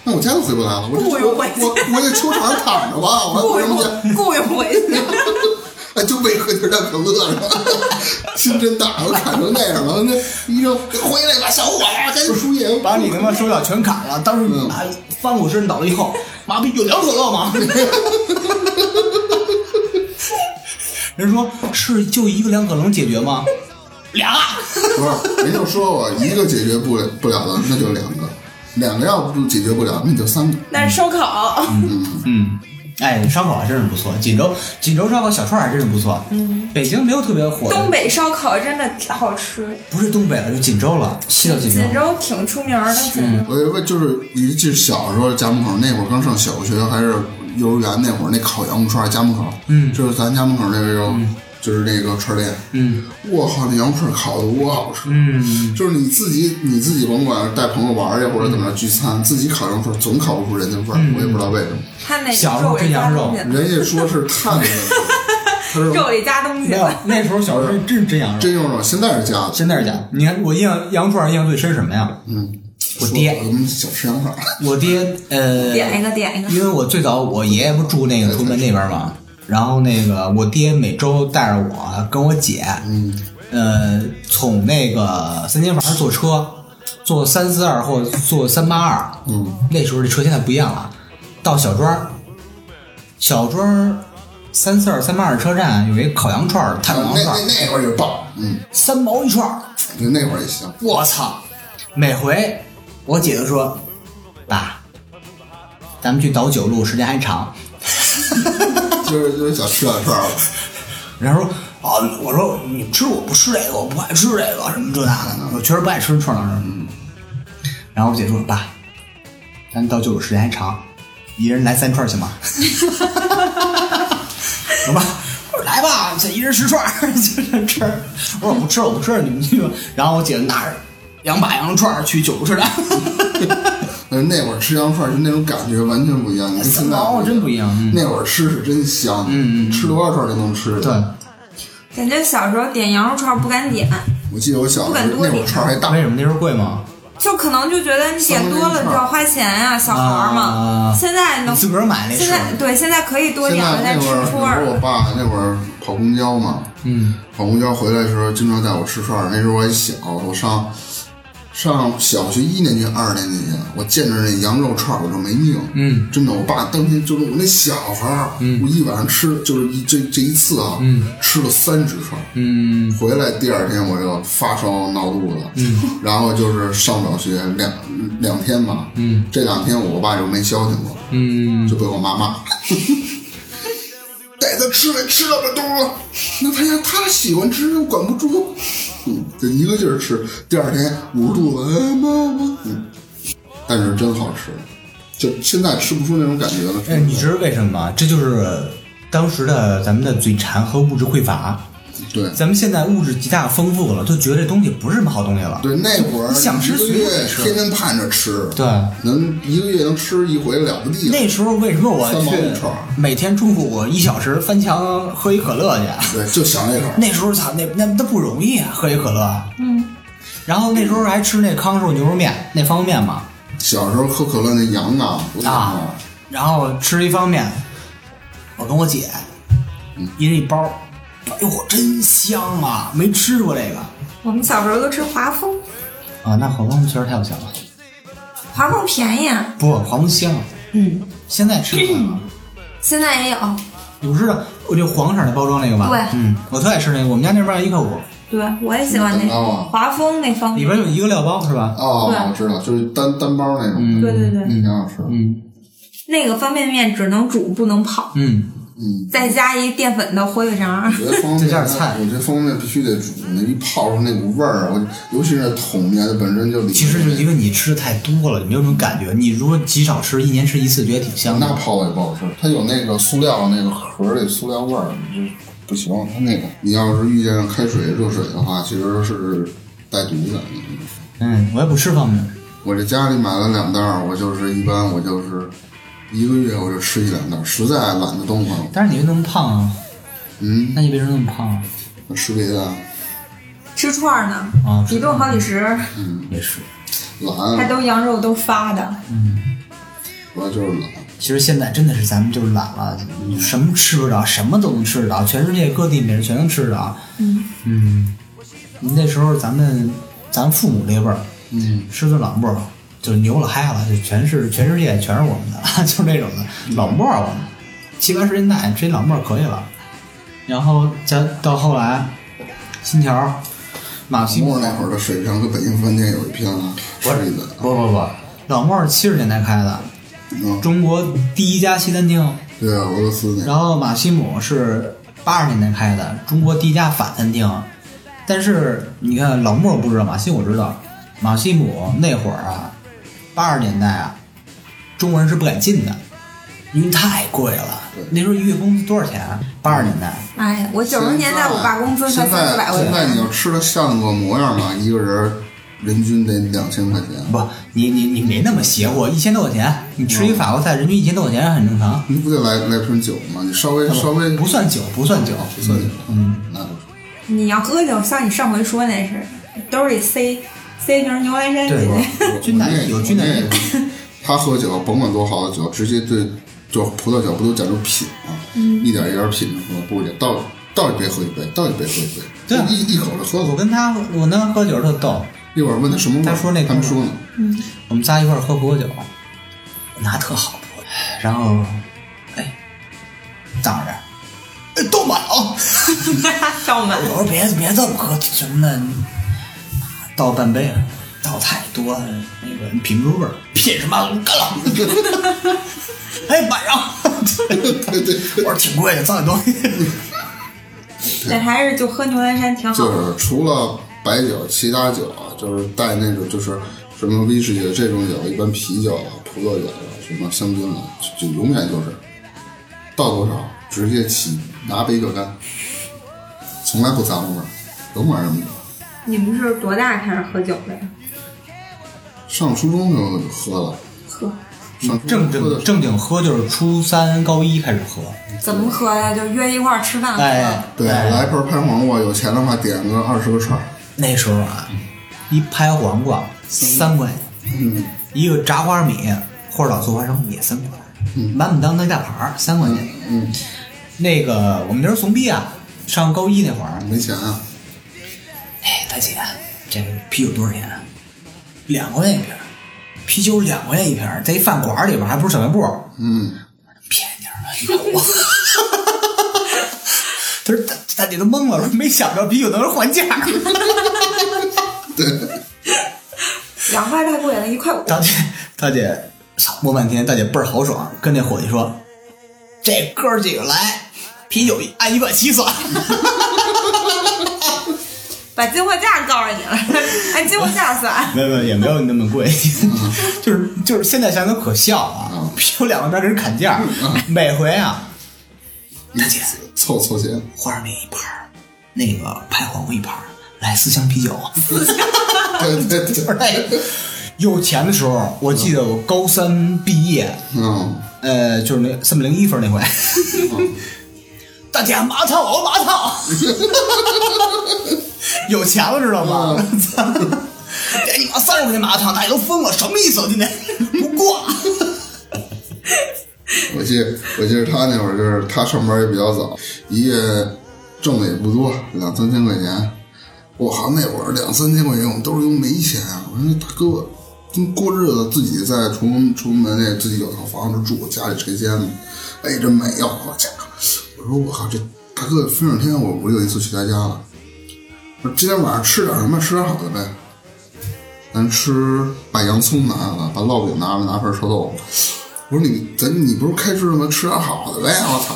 B: 那我家都回不来了，我这
E: 不用回
B: 我我我在球场上躺着吧，
A: 哦
B: 我还
E: 雇
B: 回什
E: 佣
B: 么家？
E: 雇佣回 去。
B: 哎，就为喝点儿可乐是吧？ 亲真大，我砍成那样了，那医生回来吧，小伙子，赶紧输液，
A: 把你他妈手脚全砍了，当时你妈翻过身倒了以后，嗯 妈逼有两可乐吗？ 人说是就一个两可能解决吗？俩啊，
B: 不是，人就说我一个解决不了不了的，那就两个，两个要不解决不了，那就三个。
E: 那是烧烤，
A: 嗯，哎，烧烤还真是不错，锦州锦州烧烤小串儿还真是不错，嗯，北京没有特别火
E: 东
A: 的，
E: 北烧烤真的好吃，
A: 不是东北了，就锦州了，是叫锦州
E: 锦。州挺出名的。锦州
B: 我有一个就是一记小时候家门口那会儿刚上小学还是幼儿园那会儿，那烤羊肉串儿家门口，
A: 嗯
B: 就是咱家门口那个肉，就是那个串儿店，
A: 嗯
B: 我靠，那羊肉串儿烤的多好吃。
A: 嗯，
B: 就是你自己，你自己甭管是带朋友玩儿去，或者怎么着聚餐，自己烤羊肉串儿总烤不出人家味儿，
A: 嗯
B: 我也不知道为什么。
E: 他那
A: 小时候吃羊肉
B: 人家说 是碳的问题，他
E: 肉
B: 说
E: 里加东西
A: 没有，那时候小时候真是真羊肉，
B: 真用肉，现在是 假的。
A: 真的是假的？你看我印象羊肉串儿印象最深什么呀？
B: 嗯，
A: 我爹
B: 说我们小吃 羊串儿。
A: 我爹呃，
E: 点一个点一个，
A: 因为我最早我爷爷不住那个图门那边嘛，然后那个我爹每周带着我跟我姐，
B: 嗯，
A: 呃，从那个三间房坐车，坐三四二或者坐三八二，
B: 嗯，
A: 那时候这车现在不一样了，到小庄儿，小庄儿三四二三八二车站有一烤羊串儿、
B: 那
A: 炭烤羊串
B: 那
A: 儿，
B: 那会儿也棒，嗯，
A: 三毛一串儿，
B: 就那会儿也行。
A: 我操！每回我姐就说：“爸，咱们去倒九路，时间还长。”
B: 就是就是想吃点串儿，
A: 然后说啊，我说你吃我不吃这个，我不爱吃这个什么这那的，我确实不爱吃串儿什么。然后我姐说爸，咱到九九时间还长，一人来三串儿行吗？ 行吧。我说来吧，这一人十串儿， 就这吃。我说我不吃，我不吃，你们去吧。然后我姐拿着两把羊肉串儿去九州车 站，
B: 但是那会儿吃羊串儿就那种感觉完全不一样，你跟现在
A: 哦，真不一样。嗯
B: 那会儿吃是真香，
A: 嗯嗯嗯
B: 吃多少串儿都能吃。
A: 对，
E: 感觉小时候点羊肉串不敢点，
B: 我记得我小
E: 不
B: 时候
E: 敢多
B: 那会儿
E: 理他
B: 串儿还大
A: 为，什么那时候贵吗？
E: 就可能就觉得你点多了你就要花钱啊，小孩儿嘛
A: 啊。
E: 现在能
A: 你自个儿买那
E: 现
A: 是，
E: 在对现在可以多
B: 现
E: 点了，
B: 在
E: 再
B: 那
E: 吃
B: 会儿，
E: 初
B: 那会儿我
E: 二。
B: 爸那会儿跑公交嘛，
A: 嗯，
B: 跑公交回来的时候，经常带我吃串儿。那时候我还小，我上上小学一年级、二年级，我见着那羊肉串儿我就没命。
A: 嗯，
B: 真的，我爸当天就是我那小孩儿，我一晚上吃就是一这这一次啊，吃了三只串儿。
A: 嗯，
B: 回来第二天我就发烧闹肚子，然后就是上不了学两两天吧，
A: 嗯
B: 这两天我爸就没消停过，
A: 嗯，
B: 就被我妈 骂，带他吃呗，吃到这兜了，那他家他喜欢吃，又管不住，嗯，就一个劲儿吃，第二天捂着肚子，哎妈妈，嗯，但是真好吃，就现在吃不出那种感觉了。
A: 哎，你知道为什么吗？这就是当时的咱们的嘴馋和物质匮乏。
B: 对
A: 咱们现在物质极大丰富了，就觉得这东西不是什么好东西了。
B: 对，那会儿
A: 你想吃
B: 一个
A: 随
B: 月
A: 便吃
B: 天天盼着吃，
A: 对
B: 能一个月能吃一回了不地了。
A: 那时候为什么我
B: 三毛一串儿
A: 去每天中午我一小时翻墙喝一可乐去？
B: 对，就想那口儿。
A: 那时候操，那那那不容易啊，喝一可乐。嗯。然后那时候还吃那康师傅牛肉面，那方便面嘛
B: 小时候喝可乐那羊啊，我想
A: 啊
B: 啊，，
A: 然后吃一方便面，我跟我姐，
B: 嗯
A: 一人一包，哎呦，真香啊！没吃过这个
E: 我们小时候都吃华丰，
A: 啊，那好东西确实太有钱了。
E: 华丰便宜，啊，
A: 不，黄龙香，
E: 嗯，
A: 现在吃不了。
E: 现在也有。
A: 你不知道，我就黄色儿的包装那个吧？
E: 对
A: 嗯，我特爱吃那个，我们家那边儿一块五，
E: 对，我也喜欢那
B: 蛋糕啊
E: 个华丰那方
A: 里
E: 便。
A: 边有一个料包是吧？
B: 哦，
E: 对
B: 我知道，就是单单包那种，
E: 对对对，
B: 挺好吃的。
A: 嗯
E: 那个方便面只能煮不能泡，
A: 嗯，
B: 嗯，
E: 再加一淀粉的火腿肠
B: 我。觉得方便
A: 再加点菜
B: 面，我觉得方便面必须得煮，那一泡出那股味儿，啊我尤其是那桶面，它本身就里
A: 其实就是因为你吃的太多了，你没有那种感觉。你如果极少吃，一年吃一次，觉得挺香
B: 那
A: 的。
B: 泡的也不好吃，它有那个塑料那个盒儿里塑料味儿，你就不行。它那个，你要是遇见开水热水的话，其实是带毒的。
A: 嗯，我也不吃方便面。
B: 我这家里买了两袋儿，我就是一般我就是一个月我就吃一两袋儿，实在懒得动了，
A: 但是你为那么胖啊？
B: 嗯，
A: 那你为什么那么胖啊？
B: 我吃别的
E: 吃串儿呢
B: 哦
A: 啊，
E: 一顿好几十，
B: 嗯
A: 也是。
E: 还
B: 懒，
E: 都羊肉都发的。
B: 主要就是懒。
A: 其实现在真的是咱们就是懒了，你什么吃不着，什么都能吃得着，全世界各地美食全能吃得着。嗯那时候咱们咱父母那辈儿，
B: 嗯，
A: 吃顿老馍，就是牛了嗨了，就全是全世界全是我们的， 就是那种的老馍儿我们七八十年代这老馍儿可以了。然后再到后来，新条儿、马
B: 老
A: 西
B: 莫那会儿的水平跟北京饭店有一拼啊，吃一顿。
A: 不不不，老莫儿七十年代开的，
B: 嗯，
A: 中国第一家西餐厅。
B: 对啊，俄罗斯那
A: 然后马西姆是八十年代开的，中国第一家法餐厅。但是你看老莫不知道，马西姆知道。马西姆那会儿啊，八十年代啊，中国人是不敢进的，因为太贵了。那时候一月工资多少钱啊？八十年代
E: 哎呀，我九十年代我爸工资才
B: 现
E: 三四百
B: 在
E: 块
B: 现在你
E: 钱，
B: 要吃的像个模样嘛，一个人人均得两千块钱，
A: 不，你你你没那么邪乎，一千多块钱，你吃一法国菜，人均一千多块钱很正常，
B: 你不得来来瓶酒吗？你稍微稍微
A: 不算酒，不算酒，
B: 不算酒，
A: 嗯，
B: 那不是
E: 你要喝酒，像你上回说那是，兜里塞塞一瓶牛栏山
A: 对军
E: 进 去，
B: 我
A: 奶
B: 我那
A: 有军奶
B: 我那 他喝酒甭管多好的酒，直接对就是葡萄酒不都讲究品吗？
E: 嗯
B: 一点一点品着喝，不行，倒倒一杯喝一杯，倒一杯喝一杯，
A: 对啊
B: 一一口就喝
A: 我
B: 走。
A: 跟他我跟他喝酒特逗，
B: 一会儿问他什么味儿，
A: 他说那
B: 他们说呢，
A: 我们仨一块儿喝葡萄酒，拿特好葡萄酒，然后，哎，挡着，哎，都满了。
E: 上满。
A: 我说别别这么喝什么的，倒半杯，倒太多了，那个品不出味儿，品什么干了？ 哎，晚上，
B: 对对
A: 我说挺贵的，造点东西。
E: 但还是就喝牛栏山挺好
B: 就
E: 的。
B: 是除了白酒，其他酒啊，就是带那种就是什么威士忌这种酒，一般啤酒啊、葡萄酒啊、什么香槟啊，就就永远就是倒多少直接起，拿杯就干，从来不咂摸，甭玩什么酒。
E: 你们是多大开始喝酒的呀？
B: 上初中就喝了，
E: 喝
B: 上初
A: 正
B: 中喝的
A: 正正经喝啊就是初三高一开始喝，
E: 怎么喝呀？就约一块儿吃饭喝。
A: 哎，
B: 对，
A: 哎
B: 来盆儿拍黄瓜，有钱的话点个二十个串儿，
A: 那时候啊，一拍黄瓜三块钱，
B: 嗯，
A: 一个炸花米或者老醋花生也三块钱，满满当当一大盘儿三块钱。
B: 嗯，
A: 那个我们那时候怂逼啊，上高一那会儿，
B: 没钱啊，
A: 哎，大姐，这啤酒多少钱啊？两块钱一瓶儿，啤酒两块钱一瓶儿，在一饭馆里边儿还不是小卖部儿，
B: 嗯，
A: 便宜点儿吧，你看我。 他说大大姐都懵了，说没想到啤酒能还价。
E: 两块太贵了，一块五。
A: 大姐，大姐操摸半天，大姐倍儿豪爽，跟那伙计说：“这哥儿几个来，啤酒按一块七算。
E: 把进货价告诉你 了，按进货啊价” 算。
A: 没有没有，也没有那么贵， 就是就是现在想想可笑啊
B: 嗯，
A: 啤酒两块八跟人砍价，每回啊，大姐
B: 凑凑钱，
A: 花生米一盘儿，那个拍黄瓜一盘儿，来四箱啤酒。
B: 对对对，
A: 哎，有钱的时候，我记得我高三毕业，
B: 嗯，
A: 呃，就是那三百零一分那回， 大姐麻套，我麻套，有钱了知道吗？ 哎，你妈三十块钱麻辣烫，大家都疯了，什么意思啊？今天不过，
B: 我记得我记得他那会儿就是他上班也比较早，一月挣的也不多，两三千块钱。我靠，那会儿两三千块钱我们兜里都没钱啊！我说大哥，真过日子，自己在崇崇文门那自己有套房子住，家里拆迁的，哎，真没有，好家伙！我说我靠，这大哥分两天我我有一次去他家了，我说今天晚上吃点什么？吃点好的呗。咱吃把洋葱拿来了，把烙饼拿来了，拿份臭豆腐。我说你咱你不是开支了吗？吃点好的呗！我操，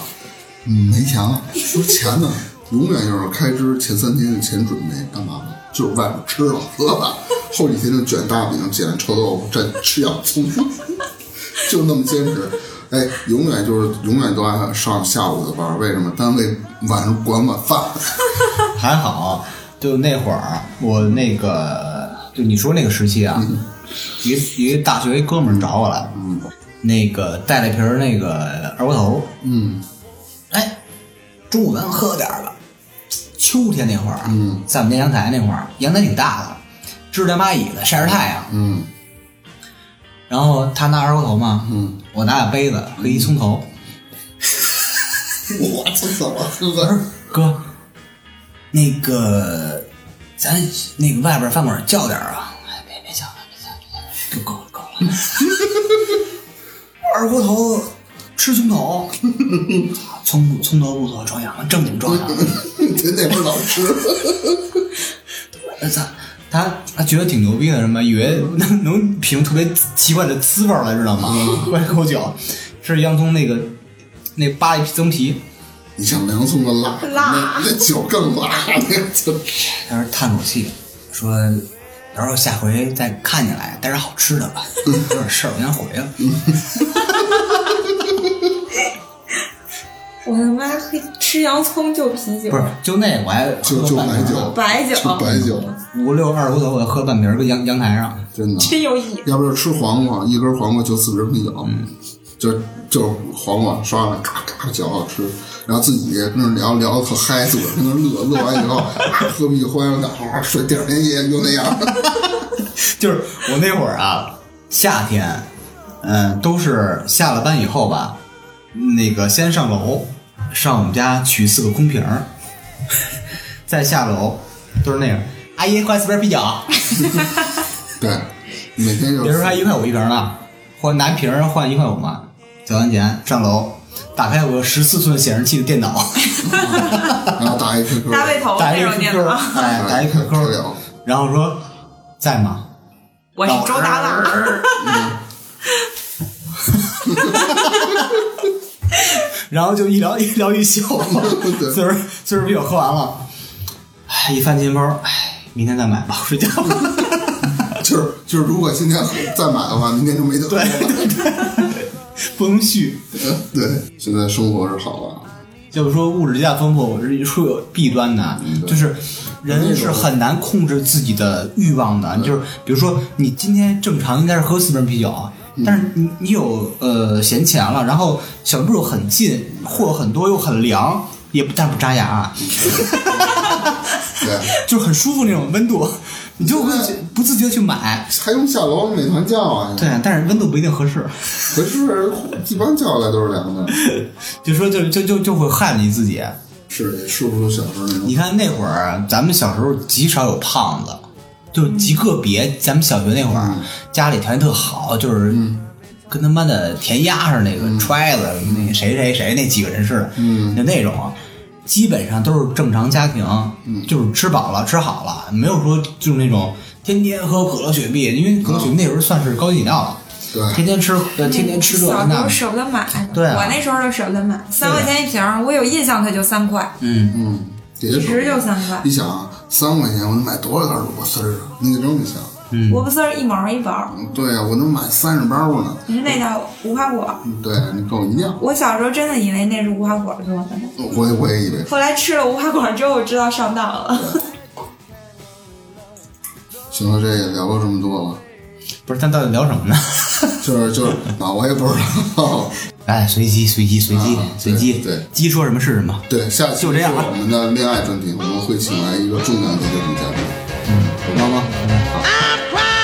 B: 嗯，没钱了。说钱呢， 永远就是开支前三天的前准备干嘛呢？就是外边吃了喝了，后几天就卷大饼、卷臭豆腐、蘸吃洋葱， 就那么坚持。哎，永远就是永远都爱上下午的班，为什么？单位晚上管管饭。
A: 还好，就那会儿我那个就你说那个时期啊，一一大学一哥们儿找我来，嗯，那个带了瓶儿那个二锅头，
B: 嗯
A: 哎，中午咱们喝点儿吧。秋天那会儿，
B: 嗯，
A: 在我们那阳台那会儿，阳台挺大的，支着蚂蚁子晒着太阳。
B: 嗯
A: 然后他拿二锅头嘛，
B: 嗯，
A: 我拿俩杯子和一葱头。
B: 我操，怎么喝 的？
A: 嗯哥，那个咱那个外边饭馆叫点儿啊！哎，别别叫了，别叫了，别叫了，够了够了。 二锅头吃葱 头，葱葱头不错，壮阳，正经壮阳。
B: 咱那会儿老吃，
A: 我操，他他觉得挺牛逼的，什么以为能能品出特别奇怪的滋味儿来，知道吗？
B: 嗯
A: 外口酒是洋葱那个那扒一层皮，
B: 你像洋葱的辣，
E: 辣
B: 那那酒更辣，那就
A: 他说叹口气，说到时候下回再看见来，带点好吃的吧，
B: 嗯
A: 有点事儿我先回了。
E: 我他妈会吃洋葱就啤酒
A: 不，是，就那我还
B: 就
A: 喝
B: 就
A: 半
B: 白
A: 瓶儿
B: 酒，
E: 白酒
B: 就白酒，
A: 五六二锅头，我喝半瓶儿，搁阳阳台上。
B: 真的。
E: 真有瘾。
B: 要不就吃黄瓜，一根黄瓜就四瓶啤酒，
A: 嗯
B: 就就黄瓜刷了，咔咔嚼好吃，然后自己跟那聊聊得可嗨，自个儿跟那乐，乐完 以后啊喝啤酒欢上点，哗睡，第二天夜里就那样。
A: 就是我那会儿啊，夏天，嗯、都是下了班以后吧，那个先上楼，上我们家取四个空瓶儿，再下楼，都是那样。阿姨，换四瓶啤酒，
B: 对，每天就
A: 比如说还一块五一瓶呢，或拿瓶儿换一块五嘛。交完钱上楼，打开我十四寸显示器的电脑，
B: 然后啊打一 QQ，
E: 大背头
A: 打一
E: 那种
A: QQ，
E: 电脑，哦
A: 哎，打一 QQ，
B: 不了
A: 然后说在吗？
E: 我是周哎大辣，
A: 然后就一聊一聊一宿，
B: 对
A: 岁数岁数比我喝完了，哎，一翻钱包，哎，明天再买吧，睡觉。
B: 就是就是，如果今天再买的话，明天就没得喝
A: 对
B: 了。嗯
A: 对对， 不能续。
B: 对，现在生活是好了。
A: 要不说物质加丰富是会有弊端的，啊
B: 对
A: 就是人是很难控制自己的欲望的。就是比如说，你今天正常应该是喝四瓶啤酒，啊但是你你有呃闲钱了，然后小卖部又很近，货很多又很凉，也不但不扎牙啊，
B: 对，
A: 就是很舒服那种温度，你就会去不自觉地去买。
B: 还用下楼美团叫啊？
A: 对，但是温度不一定合适，
B: 可是一般叫来都是凉的。
A: 就说就就就就会害了你自己。啊
B: 是的，是不是小时候那种
A: 你看那会儿，咱们小时候极少有胖子，就是极个
B: 嗯
A: 别。咱们小学那会儿，家里条件特好，就是
B: 嗯
A: 跟他妈的填鸭似的，那个揣子，那谁谁谁那几个人似的，
B: 嗯
A: 就那种，基本上都是正常家庭，
B: 嗯
A: 就是吃饱了吃好了，没有说就是那种天天喝可乐雪碧，因为可乐雪碧那时候算是高级饮料了，
B: 嗯对
A: 天天吃呃天天吃这
E: 小时
A: 那
E: 候
A: 的，
E: 舍不得买，
A: 对啊
E: 我那时候就舍不得买，三块钱一瓶儿，我有印象它就三块，
A: 嗯，
B: 嗯，也
E: 一直
B: 是。
E: 就三块，
B: 你想啊，三块钱我能买多少袋萝卜丝儿啊？你得这么想。
E: 萝卜丝儿一毛一包，
B: 对啊，我能买三十包呢。
E: 你
B: 嗯
E: 说那叫无花果。
B: 对，啊你跟我一样，
E: 我小时候真的以为那是无花果做的，
B: 我也我也以为
E: 后来吃了无花果之后，我知道上当了。
B: 行了，这也聊了这么多了，
A: 不是，咱到底聊什么呢？
B: 就是就是，啊，我也不知道。
A: 哎，随机随机随机
B: 啊
A: 随机，
B: 对对
A: 鸡说什么是什么。
B: 对，下期
A: 就这样啊
B: 是我们的恋爱专题，我们会请来一个重量级的女嘉宾。
A: 好吗？
D: I cry